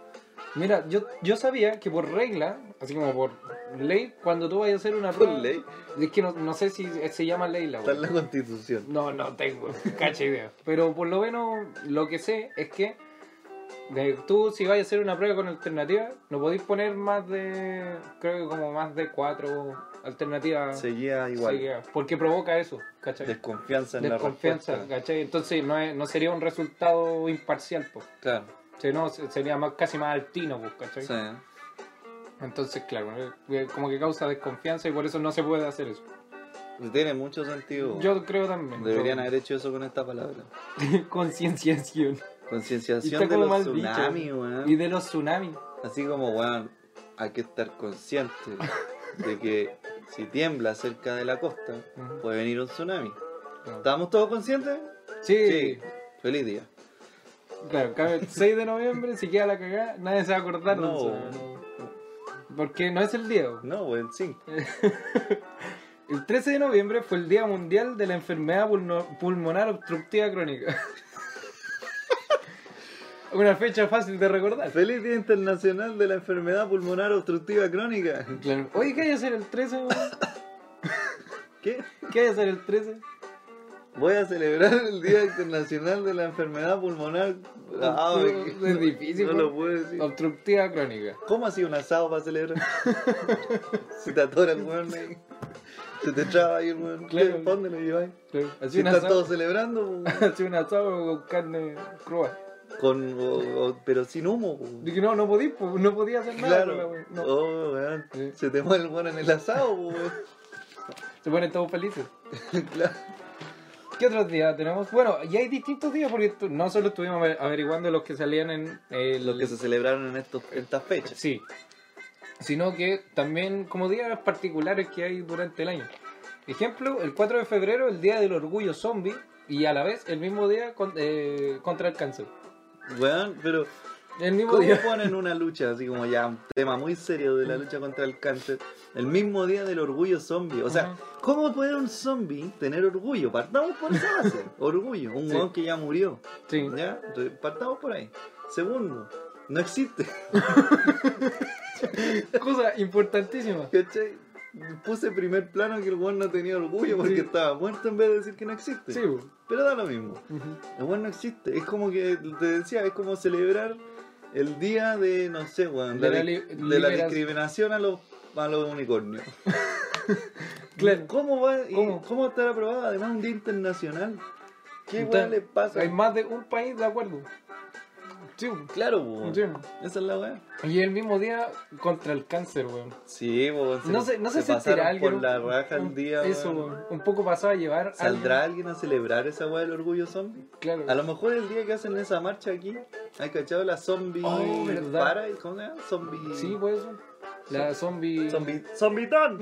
Mira, yo, yo sabía que por regla, así como por ley, cuando tú vayas a hacer una
Por
prueba...
ley.
Es que no, no sé si se llama ley la
Está
weá.
en la constitución.
No, no tengo, cacha idea. Pero por lo menos lo que sé es que de- tú si vas a hacer una prueba con alternativa, no podéis poner más de, creo que como más de cuatro alternativas.
Seguía igual.
seguidas, Porque provoca eso, ¿cachai?
Desconfianza en la
Desconfianza,
respuesta.
¿cachai? Entonces no, es- no sería un resultado imparcial, pues.
Claro.
no, se- sería más, casi más altino, pues, ¿cachai?
Sí.
Entonces, claro, eh, eh, como que causa desconfianza y por eso no se puede hacer eso.
Tiene mucho sentido. weón.
Yo creo también.
Deberían
yo-
haber hecho eso con esta palabra.
Concienciación. Y
Concienciación
está
de
como
los
mal dicho.
tsunamis, weón.
Y de los tsunamis.
Así como, weón, hay que estar consciente de que si tiembla cerca de la costa, puede venir un tsunami. ¿Estamos todos conscientes?
Sí,
Feliz día.
claro, cabe el 6 de noviembre, si queda la cagada, nadie se va a acordar de
No.
eso. Porque no es el día. bo.
No, weón, sí.
El 13 de noviembre fue el Día Mundial de la Enfermedad Pulno- Pulmonar Obstructiva Crónica. Una fecha fácil de recordar.
Feliz Día Internacional de la Enfermedad Pulmonar Obstructiva Crónica.
Claro. Oye, ¿qué hay que hacer el 13, weón?
¿Qué?
¿Qué hay que hacer el 13?
Voy a celebrar el Día Internacional de la Enfermedad Pulmonar. Ah,
Es
me-
difícil,
No
weón.
lo puedo decir.
Obstructiva crónica.
¿Cómo así un asado para celebrar? Se te atora el weón ahí. Se te traba ahí el weón.
Claro.
¿Qué? ¿Pa' ¿Dónde lo lleváis?
Así
Si
un
están
asado.
todos celebrando,
Así un asado con carne crua.
con, o- o- pero sin humo. po.
Dije, no, no podí, po, no podía hacer nada. con la
Claro.
wea, no.
Oh, weón.
Sí.
Se te muere el weón en el asado, po, weón.
Se ponen todos felices.
Claro.
¿Qué otros días tenemos? Bueno, y hay distintos días porque tu- no solo estuvimos aver- averiguando los que salían en el...
Los que se celebraron en estos, en estas fechas.
Sí. Sino que también como días particulares que hay durante el año. Ejemplo, el 4 de febrero, el Día del Orgullo Zombie, y a la vez el mismo día con- eh, contra el cáncer.
Weón, pero
El mismo
¿cómo
día.
ponen una lucha así como ya un tema muy serio de la lucha contra el cáncer? El mismo día del orgullo zombie. O sea, ¿cómo puede un zombie tener orgullo? Partamos por esa base. Orgullo. Un
Sí.
weón que ya murió.
Sí.
¿Ya? Re- Partamos por ahí. Segundo, no existe.
Cosa importantísima.
¿Cachai? Puse en primer plano que el weón no tenía orgullo porque
Sí.
estaba muerto en vez de decir que no existe.
Sí. pues. bo.
Pero da lo mismo.
Ujú.
El weón no existe. Es como que, te decía, es como celebrar el día de, no sé, weón,
De
de,
la
la,
li-
di- de la
liberación.
discriminación a los, a los unicornios.
Claro.
¿Cómo va, y
¿Cómo?
¿Cómo? estar aprobada? Además, un día internacional. ¿Qué
Entonces,
weón le pasa?
Hay más de un país de acuerdo. Sí. bo.
Claro, weón.
Sí.
Esa es la weá.
Y el mismo día contra el cáncer, weón.
Sí, weón.
No sé, no sé si
pasaron
sentirá alguien.
por
un-
la raja
un-
el día,
Eso,
weón.
weón. un poco pasado a llevar.
¿Saldrá alguien a celebrar esa weá del orgullo zombie?
alguien- Claro.
A lo mejor el día que hacen esa marcha aquí, ¿hay cachado la zombie
Oh, ¿verdad?
para? ¿Cómo se llama? Zombie.
Sí, puede ser. La zombie.
Zombie. ¡Zombitón!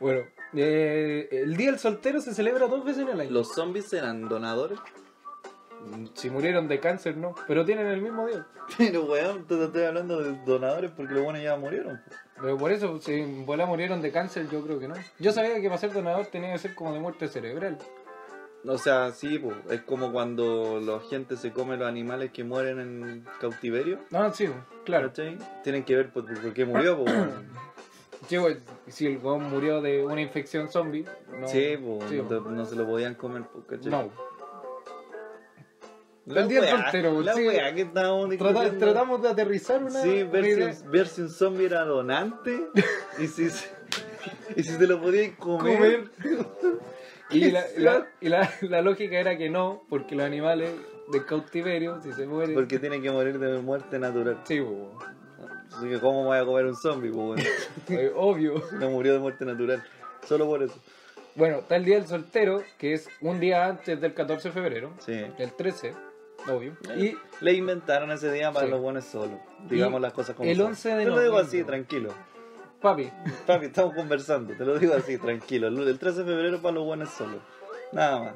Bueno, eh, el Día del Soltero se celebra dos veces en el año.
¿Los zombies serán donadores?
Si murieron de cáncer, no. Pero tienen el mismo día.
Pero weón, te te estoy hablando de donadores porque los buenos ya murieron.
Pero por eso, si en bola murieron de cáncer, yo creo que no. Yo sabía que para ser donador tenía que ser como de muerte cerebral.
O sea, sí, po, es como cuando la gente se come los animales que mueren en cautiverio.
No, sí, claro.
¿cachai? Tienen que ver pues, por, por qué murió, po, weón.
Sí, pues, si el weón murió de una infección zombie, no.
sí, po,
sí,
no,
po.
te- no se lo podían comer, po, ¿cachai?
No.
La
El día del
weá,
soltero,
La
sí.
weá que estábamos
Trata-
discutiendo.
tratamos de aterrizar una.
Sí,
una idea.
ver si, ver si un zombie era donante y si, se- y si se lo podían comer.
Comer. Y,
¿Qué
la,
sea?
la- y la- la lógica era que no, porque los animales de cautiverio, si se mueren.
Porque tiene que morir de muerte natural.
Sí, po,
Así que, ¿cómo voy a comer un zombie? po, weón?
eh, obvio.
No murió de muerte natural. Solo por eso.
Bueno, está el día del soltero, que es un día antes del 14 de febrero,
Sí.
el 13, obvio. Y
Le inventaron ese día para
Sí.
los buenos solos. Digamos
Y
las cosas como
el
son.
11 de
Te lo digo
noviembre.
así, tranquilo.
papi,
Papi, estamos conversando. Te lo digo así, tranquilo. El el 13 de febrero para los buenos solos. Nada más.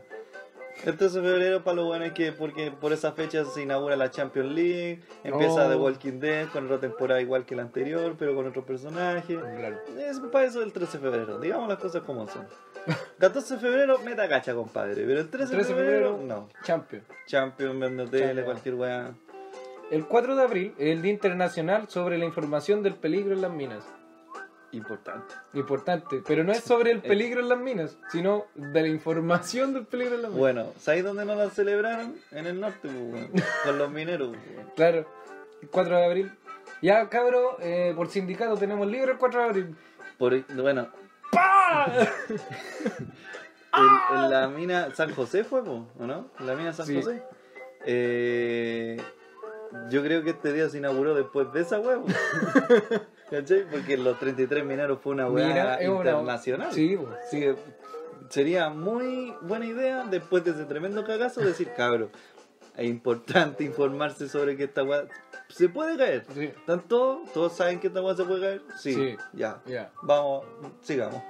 El 13 de febrero para los buenos que porque por esa fecha se inaugura la Champions League. Empieza
Oh.
The Walking Dead con otra temporada igual que la anterior, pero con otro personaje.
claro.
Es para eso el 13 de febrero, digamos las cosas como son. 14 de febrero, meta cacha, compadre. Pero el
13
13, de
de febrero,
febrero, no.
champion.
Champions, vende tele,
Champions.
cualquier weá.
El 4 de abril es el Día Internacional sobre la información del peligro en las minas.
Importante.
Importante, pero no es sobre el peligro en las minas, sino de la información del peligro en las minas.
Bueno, ¿sabéis dónde no la celebraron? En el norte, pues, weón, con los mineros. pues, weón.
Claro, el 4 de abril. Ya, cabro, eh, por sindicato tenemos libre el 4 de abril.
Por, bueno, en, en la mina San José fue, pues, ¿o no? En la mina San
Sí.
José. Eh, yo creo que este día se inauguró después de esa huevo. ¿Cachai? Porque los 33 mineros fue una
Mira,
hueá
es una-
internacional.
Sí, po.
Así que sería muy buena idea, después de ese tremendo cagazo, decir, cabro, es importante informarse sobre que esta weá se puede caer.
sí.
¿Están todos? ¿Todos saben que esta weá se puede caer? Sí.
Sí.
Ya.
Ya.
Vamos, sigamos.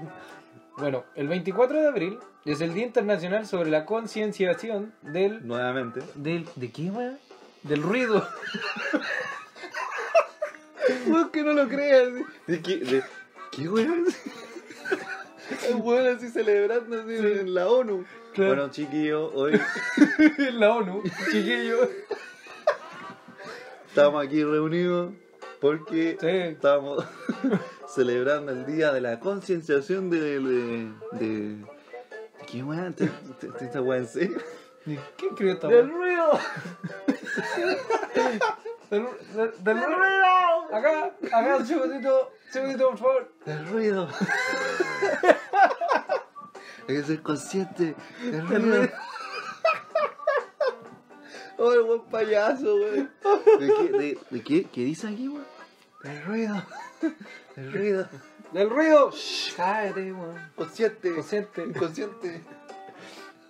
Bueno, el 24 de abril es el Día Internacional sobre la concienciación del...
Nuevamente.
del ¿De qué, weón? Del ruido.
No, que no lo creas. ¿De qué, de, qué weá? El weón así celebrando así en la ONU.
Claro.
Bueno, chiquillos, hoy
En la ONU, chiquillo.
estamos aquí reunidos porque
Sí.
estamos celebrando el día de la concienciación de. de, de- ¿Qué weón? ¿Te, te, te- esta weá en serio?
¿Quién creó esta
¡Del
weá?
ruido!
Del, del, del-
¡Del ruido!
Acá, acá, un segundito, un segundito, por favor.
¡Del ruido! Hay que ser consciente del
Del
ruido.
ruido.
¡Oh, el buen payaso, weón! ¿De qué, de, de qué, qué dice aquí, weón? ¡Del ruido! ¡Del ruido!
Del ruido. Shh, cállate, weón.
¡Consciente!
Consciente.
¡Consciente!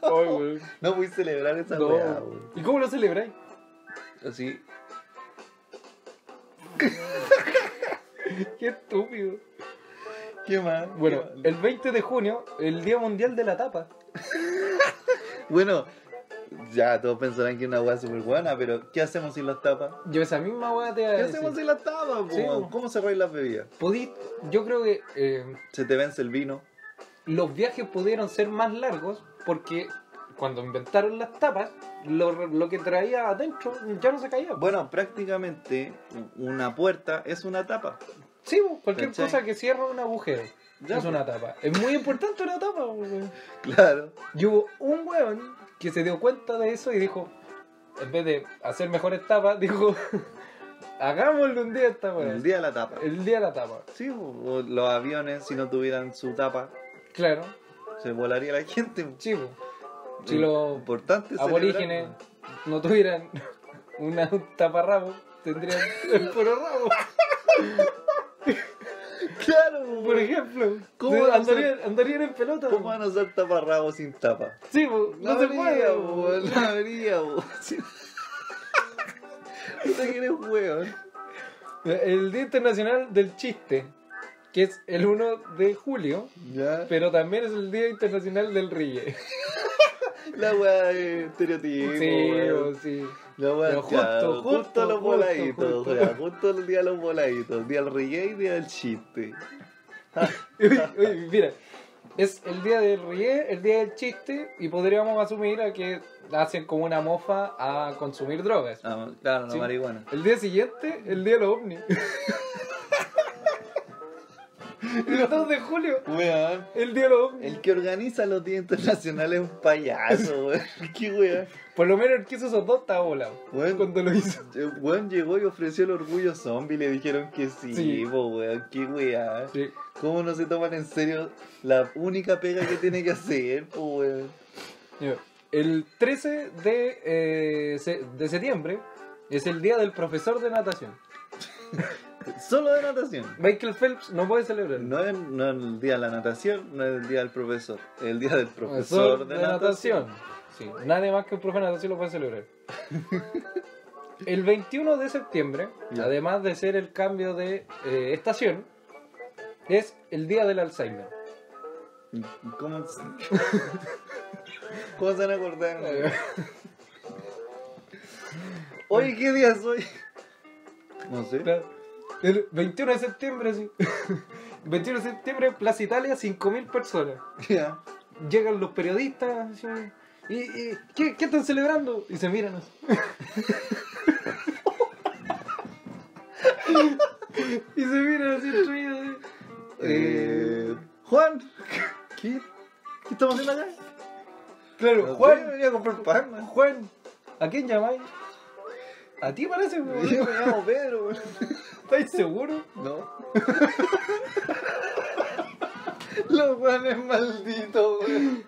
Ay, weón.
No voy a celebrar esa
No.
weá, weón.
¿Y cómo lo celebráis?
Así.
Qué estúpido.
¿Qué más?
Bueno,
¿Qué
el
más?
20 de junio, el Día Mundial de la Tapa.
Bueno, ya todos pensarán que es una weá super buena, pero ¿qué hacemos sin las tapas?
Yo esa misma weá te iba a
¿Qué
decir.
hacemos sin las tapas, po,
Sí,
weón?
po.
¿Cómo cerráis las bebidas?
Podí- yo creo que eh,
Se te vence el vino.
los viajes pudieron ser más largos porque cuando inventaron las tapas, lo, lo que traía adentro ya no se caía.
Bueno, prácticamente u- una puerta es una tapa.
Sí, bo, cualquier
¿Cachai?
cosa que cierra un agujero
Ya,
es
bo.
una tapa. Es muy importante una tapa. bo, weón.
Claro.
Y hubo un weón que se dio cuenta de eso y dijo, en vez de hacer mejores tapas, dijo, hagámosle un día a esta weá.
El día de la tapa.
El día de la tapa.
Sí, po, o los aviones, si no tuvieran su tapa,
Claro,
se volaría la gente. po.
chivo. Si los
importante es
aborígenes
celebrar,
no tuvieran una, un taparrabo, tendrían el puro rabo.
po. Claro, po,
Por ejemplo,
¿Cómo van a
andarían, andarían en pelota.
¿Cómo
bo.
van a usar taparrabos sin tapa?
Sí, bo, no, se puede. bo.
weón. No habría, weón. No sé quién es weón.
El Día Internacional del Chiste, que es el 1 de julio,
Ya.
pero también es el Día Internacional del Ríe.
La weá de estereotipo.
Sí,
weón.
bo, sí.
La weá
Pero
ya,
justo,
justo,
justo,
los
justo,
voladitos.
justo.
o sea, justo el día de los voladitos. Día del reggae y día del chiste.
Uy, uy, mira, es el día del ríe, el día del chiste, y podríamos asumir a que hacen como una mofa a consumir drogas.
Ah, claro, la
Sí.
marihuana.
El día siguiente, el día de los ovnis. el 2 de julio,
Weón.
el día de los ovnis.
El que organiza los días internacionales es un payaso, weón. Qué weón.
Por lo menos el que hizo esos dos estaba volado.
Bueno.
Cuando lo hizo.
El eh, Weón llegó y ofreció el orgullo zombie y le dijeron que sí,
Sí.
po, weón. Qué weón.
Sí.
¿Cómo no se toman en serio la única pega que tiene que hacer, po, weón?
Mira, El 13 de, eh, se- de septiembre es el día del profesor de natación.
Solo de natación.
Michael Phelps no puede celebrar.
No es, no es el día de la natación, no es el día del profesor. Es el día del profesor de, natación.
Sí, nadie más que un profe de natación lo puede celebrar. el 21 de septiembre,
Ya.
además de ser el cambio de eh, estación, es el día del Alzheimer.
¿Cómo, se- ¿Cómo se van a acordar? weón? Oye, ¿qué día soy? No sé.
Claro. El 21 de septiembre, sí. 21 de septiembre, Plaza Italia, 5.000 personas.
Ya.
Llegan los periodistas. así, ¿Y, y ¿qué, qué están celebrando? Y se miran. así. y se miran así entre ellos, así.
Eh, Juan, ¿qué? ¿Qué estamos haciendo acá?
Claro,
No sé,
Juan,
venía a comprar pan, man.
Juan, ¿a quién llamáis? ¿A ti parece? weón?
Yo me llamo Pedro, weón.
¿Estáis seguros?
No. Los guanes malditos, weón.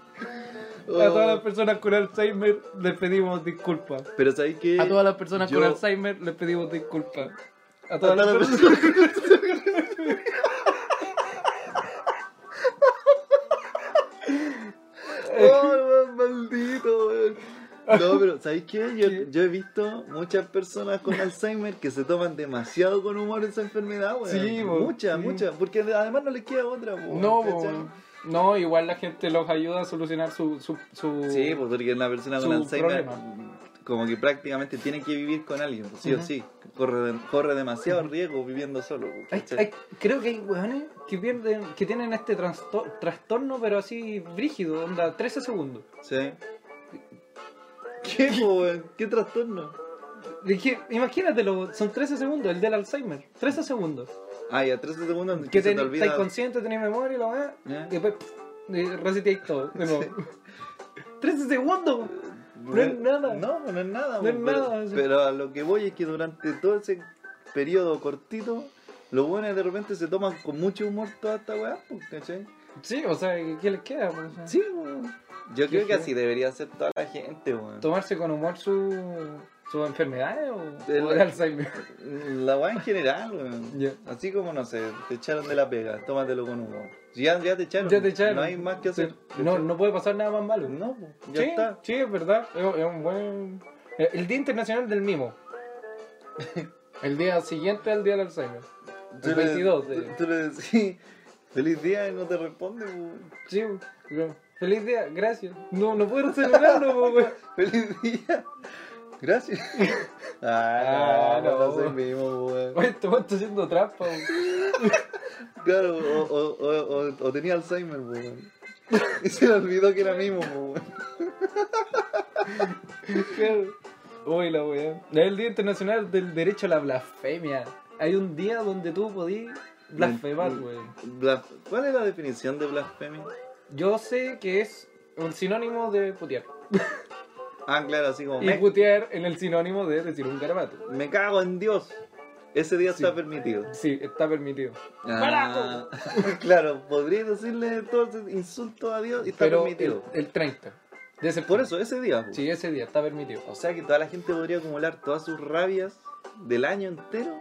Oh,
A todas las personas con Alzheimer les pedimos disculpas.
Pero sabéis que.
A todas las personas
yo-
con Alzheimer les pedimos disculpas. A
a
todas
todas
las
las
personas.
personas- Oh, el weón maldito, weón. No, pero ¿sabéis qué? Yo,
¿Qué?
yo he visto muchas personas con Alzheimer que se toman demasiado con humor esa enfermedad, weón.
Sí, weón,
Muchas,
sí.
muchas. Porque además no les queda otra, weón.
No,
¿cachai?
weón. no, igual la gente los ayuda a solucionar su. su, su...
Sí, pues, porque una persona
Su
con Alzheimer
problema.
como que prácticamente tiene que vivir con alguien, sí o
Ujú.
sí. Corre, de- corre demasiado riesgo viviendo solo.
Hay-
¿cachai?
hay- creo que hay weones que pierden, que tienen este transto- trastorno, pero así brígido, onda 13 segundos.
Sí. ¿Qué, po, weón? ¿Qué trastorno?
Es que, imagínatelo, son 13 segundos, el del Alzheimer, 13 segundos.
Ah, ya, 13 segundos que
Que
se
ten,
te
estáis
olvida.
consciente, tenéis memoria y la weá,
¿Eh?
y después pff, eh, reseteáis todo. de nuevo. 13 segundos,
No
es nada.
No, pues no es nada.
No es
pero,
nada, sí.
pero a lo que voy es que durante todo ese periodo cortito, los buenos de repente se toman con mucho humor toda esta weá, pues, ¿cachai?
Sí, o sea, ¿qué les queda? pues? O sea,
Sí, weón. Yo
Qué
creo que
feo.
así debería ser toda la gente, weón.
¿Tomarse con humor su, su enfermedad o,
El-
o el Alzheimer?
La weá en general, weón.
Ya.
Así como, no sé, te echaron de la pega, tómatelo con humor. Si Ya, ya te echaron.
Ya te echaron.
No hay más que hacer.
No, no puede pasar nada más malo.
No, po, ya
sí,
está.
sí, es verdad. Es, es un buen. eh, El Día Internacional del Mimo. El día siguiente al Día del Alzheimer. El eh. 22
Le,
de-
tú- tú le decís, feliz día y no te responde, weón.
Sí, weón. feliz día, gracias. No, no puedo celebrarlo, po, weón.
Feliz día. Gracias.
Ah,
Ah,
no.
no, no, soy mismo, weón.
Oye, este weón está haciendo trampa, weón.
Claro, o, o, o, o, o tenía Alzheimer, weón. Y se le olvidó que era mismo, weón.
Claro. Uy, la weón. Es el Día Internacional del Derecho a la Blasfemia. Hay un día donde tú podís blasfemar,
Mm, mm.
weón.
Blas- ¿Cuál es la definición de blasfemia?
Yo sé que es un sinónimo de putear.
Ah, claro, así como
Y
me,
putear en el sinónimo de decir un garabato.
me cago en Dios. Ese día
Sí.
está permitido.
Sí, está permitido.
Ah, claro, podría decirle todo ese insulto a Dios y está
Pero el,
permitido.
el 30 de septiembre.
Por eso, ese día. weón.
Sí, ese día está permitido.
O sea que toda la gente podría acumular todas sus rabias del año entero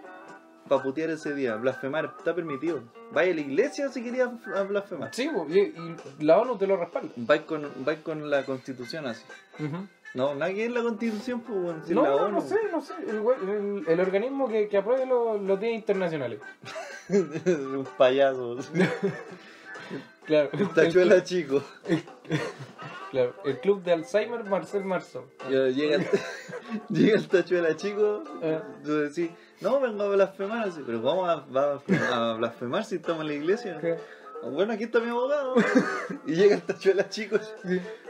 para putear ese día. Blasfemar está permitido. Vaya a la iglesia si quería a blasfemar.
Sí, bo, y, y la ONU te lo respalda.
Vais con, vais con la constitución así. No, nadie en la constitución, pues, weón, si
No,
la
no,
ONU.
no sé, no sé. El, we- el- el organismo que, que apruebe lo- los días internacionales.
Un payaso.
Claro. El,
Tachuela chico.
claro, el club de Alzheimer Marcel Marceau.
Y ahora Llega, el- llega el tachuela chico.
Eh.
Tú decís, no, vengo a blasfemar así. Pero ¿cómo va, va a, a blasfemar si estamos en la iglesia? "Oh, Bueno, aquí está mi abogado. y llega el tachuela chico.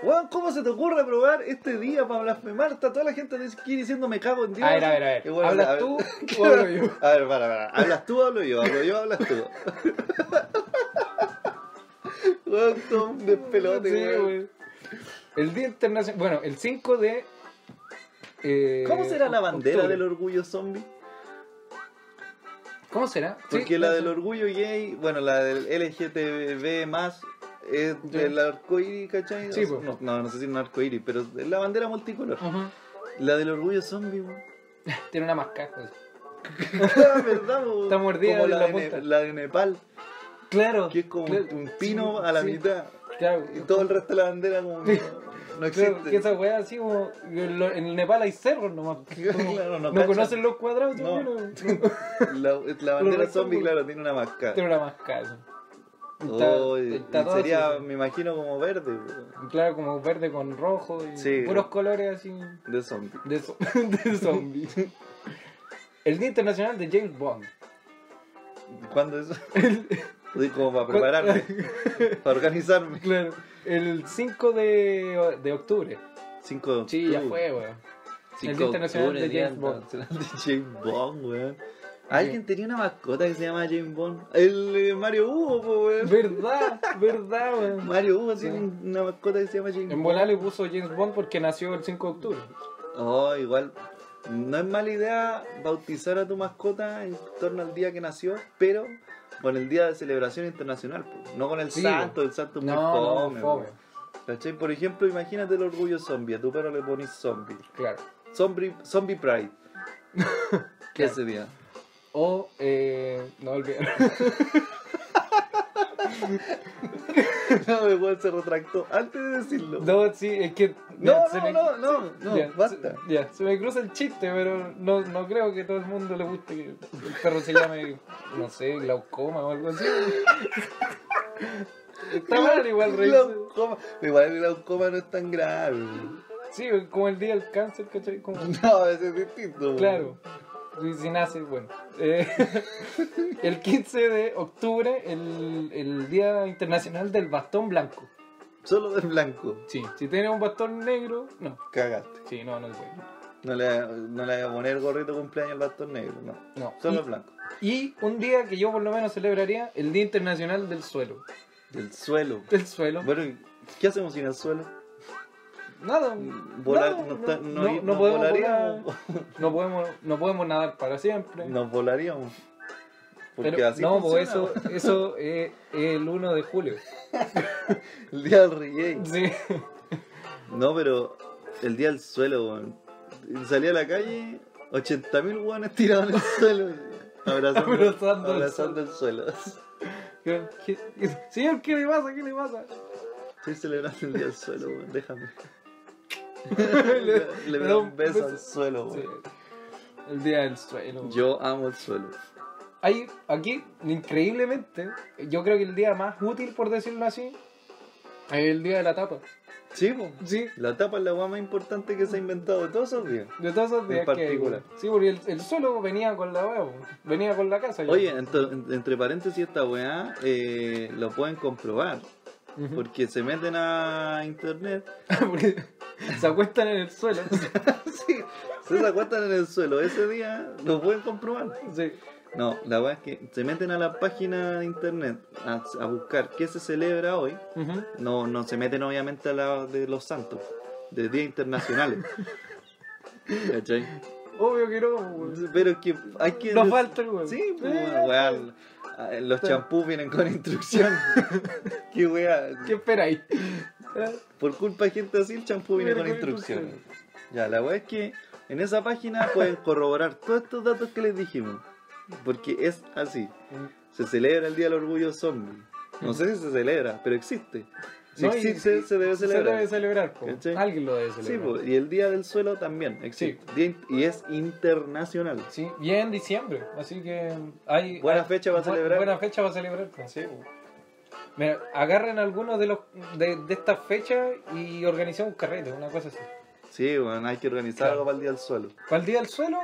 Weón, ¿cómo se te ocurre aprobar este día para blasfemar? Está toda la gente aquí diciendo me cago en Dios.
A ver, a ver, a ver.
Y bueno,
¿Hablas
a ver.
tú o hablo yo?
A ver, para, para. ¿Hablas tú hablo yo? ¿Hablo yo hablas tú? Weón, todo un despelote,
Sí,
weón.
güey. El día internacional. Bueno, el 5 de. eh,
¿Cómo será la bandera
octubre.
del orgullo zombie?
¿Cómo será? Sí,
Porque la
no
del
sé.
orgullo gay, bueno, la del LGTB más es
Sí.
del arcoíris, ¿cachai?
Sí,
O sea,
po.
no, no, no sé si es un arcoíris, pero es la bandera multicolor.
Ajá.
La del orgullo zombie, weón.
Tiene una pues. máscara.
Ah, verdad, po.
Está mordida
Como
de
la,
la
de Ne-
punta.
la de Nepal,
Claro.
que es como
claro,
un pino
sí,
a la
sí,
mitad
Claro.
y todo el resto de la bandera como que no existe.
Claro, que esa weá así como. En lo- en Nepal hay cerros nomás. Como-
Claro, no
no
cachan.
conocen los cuadrados,
No.
también,
La, la bandera
rectángulos.
zombie, claro, tiene una máscara.
Tiene una máscara.
Oh, y-
está
y
todo
sería,
así,
me imagino, como verde, po,
Claro, como verde con rojo y
Sí.
puros colores así.
de zombie.
De, zo- de zombies. El Día Internacional de James Bond.
¿Cuándo eso? Estoy como para prepararme, para organizarme.
Claro. El 5 de, de octubre.
5 de
Sí, ya fue, weón. El Día Internacional de James Bond.
de James Bond, weón. Alguien tenía una mascota que se llama James Bond. El eh, Mario Hugo, po, weón.
¿Verdad? ¿Verdad, weón?
Mario Hugo tiene
Sí.
una mascota que se llama James
En bola le puso James Bond porque nació el 5 de octubre.
Oh, igual. No es mala idea bautizar a tu mascota en torno al día que nació, pero con el día de celebración internacional, po. no con el
Sí,
santo,
po.
el santo es muy
No,
fome,
no,
po.
fome.
¿Cachai? Por ejemplo, imagínate el orgullo zombie, a tu perro le pones zombie.
Claro.
Zombie, zombie Pride. ¿Qué
Claro.
ese día?
O, eh, no olvidar.
No, el weón se retractó antes de decirlo. No,
No, sí, es que.
no,
ya, se
no,
me-
no, no,
ya,
basta.
se- Ya, se me cruza el chiste, pero no, no creo que todo el mundo le guste que el perro se llame, no sé, glaucoma o algo así. Está mal igual, Rey.
Glaucoma. Igual el glaucoma no es tan grave.
Sí, como el día del cáncer, ¿cachai? Como...
No, ese es distinto.
Claro. Si, si nace, bueno. Eh, el 15 de octubre, el, el Día Internacional del Bastón Blanco.
Solo del blanco.
Sí, si tienes un bastón negro, no.
Cagaste.
Sí, no, no es bueno.
No le, no le voy a poner gorrito de cumpleaños al bastón negro, no.
No.
Solo el blanco.
Y un día que yo por lo menos celebraría, el Día Internacional del Suelo.
Del suelo.
Del suelo.
Bueno, ¿y ¿qué hacemos sin el suelo?
Nada.
Volar,
nada,
no, está- no,
no-
y-
no
no
podemos
volaríamos.
No podemos, no podemos nadar para siempre.
Nos volaríamos. Porque
Pero-
así
no,
funciona,
pues eso,
weón.
eso es el 1 de julio.
El día del rey.
Sí.
No, pero el día del suelo, weón. Salí a la calle, 80.000 weones tirados en el suelo. Abrazando,
Abrazando el
abrazando el suelo.
¿Qué- qué- señor, ¿qué le pasa? ¿Qué le pasa?
Estoy celebrando el día del suelo, weón. Déjame.
Le-
Le,
le
doy un beso al suelo,
pues, Sí.
weón.
El día del suelo.
Yo amo el suelo.
Hay, aquí, increíblemente, yo creo que el día más útil, por decirlo así, es el día de la tapa.
Sí, po.
Sí,
La tapa es la weá más importante que se ha inventado de todos esos días.
de todos esos
En
días que hay,
particular.
güey. Sí, porque el, el suelo venía con la hueá, güey. venía con la casa. ya.
Oye, ento- en- entre paréntesis, esta weá eh, lo pueden comprobar.
Ujú.
Porque se meten a internet.
Porque se acuestan en el suelo.
sí, se acuestan en el suelo. Ese día lo pueden comprobar.
Sí.
No, la weá es que se meten a la página de internet a, a buscar qué se celebra hoy.
Ujú.
No, no se meten obviamente a la de los santos, de días internacionales. ¿Cachai?
Obvio que no, güey.
Pero es que hay que.
Nos falta el weón.
Sí, pues,
Eh,
weón. Ah, Los champús vienen con instrucción. Qué weá.
¿Qué esperáis?
Por culpa de gente así, el champú viene
Viene
con
con
instrucciones. Ya, la weá es que en esa página pueden corroborar todos estos datos que les dijimos. Porque es así. Se celebra el Día del Orgullo Zombie. No sé si se celebra, pero existe. Si
No, y-
existe,
y-
se debe
Se
celebrar.
debe celebrar, po.
¿Cachai?
Alguien lo debe
Sí, pues,
celebrar.
po, y el Día del Suelo también existe. Día in- Y es internacional.
Sí, y es en diciembre, así que hay...
Buena
hay-
fecha para
bu-
celebrar. pues.
Buena fecha para celebrar. po. Mira, agarren algunos de los de, de estas fechas y organicen un carrete, una cosa así.
Sí, bueno, hay que organizar
Claro.
algo para el Día del Suelo.
Para el día del suelo,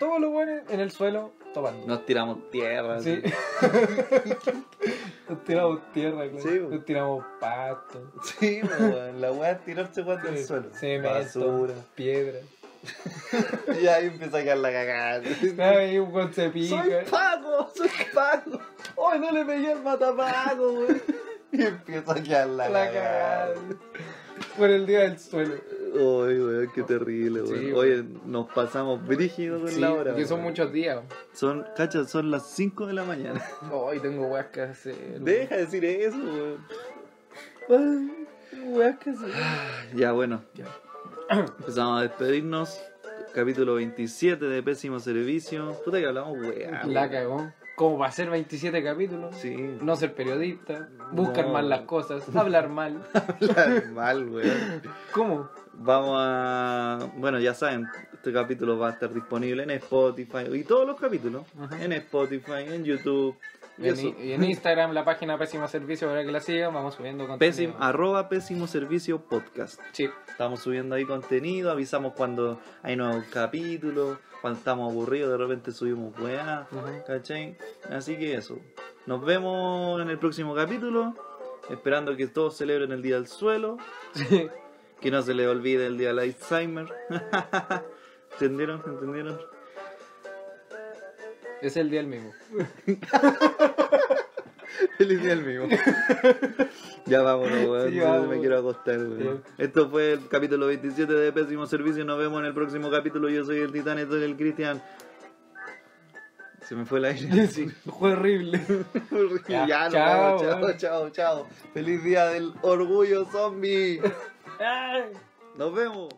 todos los buenos en el suelo topando.
Nos tiramos tierra.
Sí.
así.
Nos tiramos tierra, claro.
Sí, pues. po.
Nos tiramos pasto,
Sí, weón, la weá es tirarse weón
Sí,
del suelo.
cemento.
Basura.
piedra.
Y ahí empieza a caer la cagada.
Ay, un buen se pica.
Soy pago, soy pago. Hoy no le pegué el matapago, weón. Y empieza a quedar la,
La cagada. Por el día del suelo.
Uy, weón, qué terrible,
Sí,
weón.
weón.
Oye, nos pasamos brígido con
Sí,
la hora.
porque son
weón.
muchos días.
Son, cacha, son las 5 de la mañana.
Hoy tengo weas que hacer.
Deja de decir eso, weón.
Ay, weas que hacer.
Ya, bueno.
Ah, Ya.
Empezamos a despedirnos. Capítulo 27 de Pésimo Servicio. Puta que hablamos, weá.
La
Ah, weón.
cagó. Como va a ser 27 capítulos.
Sí.
No ser periodista. Buscar
No.
mal las cosas. Hablar mal.
Hablar mal, weón.
¿Cómo?
Vamos a. Bueno, ya saben, este capítulo va a estar disponible en Spotify y todos los capítulos.
Ajá.
En Spotify, en YouTube. Y
En,
eso.
i- en Instagram, la página Pésimo Servicio, para que la sigan, vamos subiendo contenido.
Pésim- arroba pésimo servicio podcast.
Sí,
Estamos subiendo ahí contenido, avisamos cuando hay nuevos capítulos, cuando estamos aburridos, de repente subimos weá,
Ujú.
¿cachai? Así que eso. Nos vemos en el próximo capítulo, esperando que todos celebren el Día del Suelo,
sí.
que no se les olvide el Día del Alzheimer. ¿Entendieron? ¿Entendieron?
Es el día el mismo.
Feliz día el mío. ya vámonos, weón.
Sí,
Yo
vámonos.
Me quiero acostar, weón. Esto fue el capítulo 27 de Pésimo Servicio. Nos vemos en el próximo capítulo. Yo soy el Titán, esto es el Cristian. Se me fue el aire.
Fue horrible. Ya,
ya, nos
chao,
vamos. chao,
weón.
chao, chao. Feliz día del orgullo zombie.
Ay.
Nos vemos.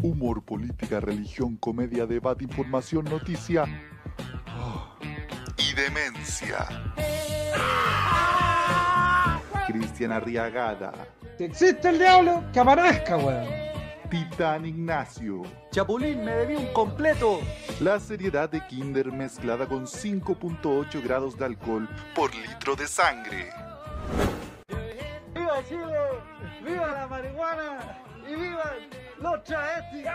Humor, política, religión, comedia, debate, información, noticia ah, y demencia. Cristian Arriagada,
Si existe el diablo, que aparezca, weón.
Titán Ignacio.
Chapulín, me debí un completo.
La seriedad de Kinder mezclada con 5.8 grados de alcohol por litro de sangre.
¡Viva
Chile! ¡Viva la marihuana! ¡Y viva los travestis!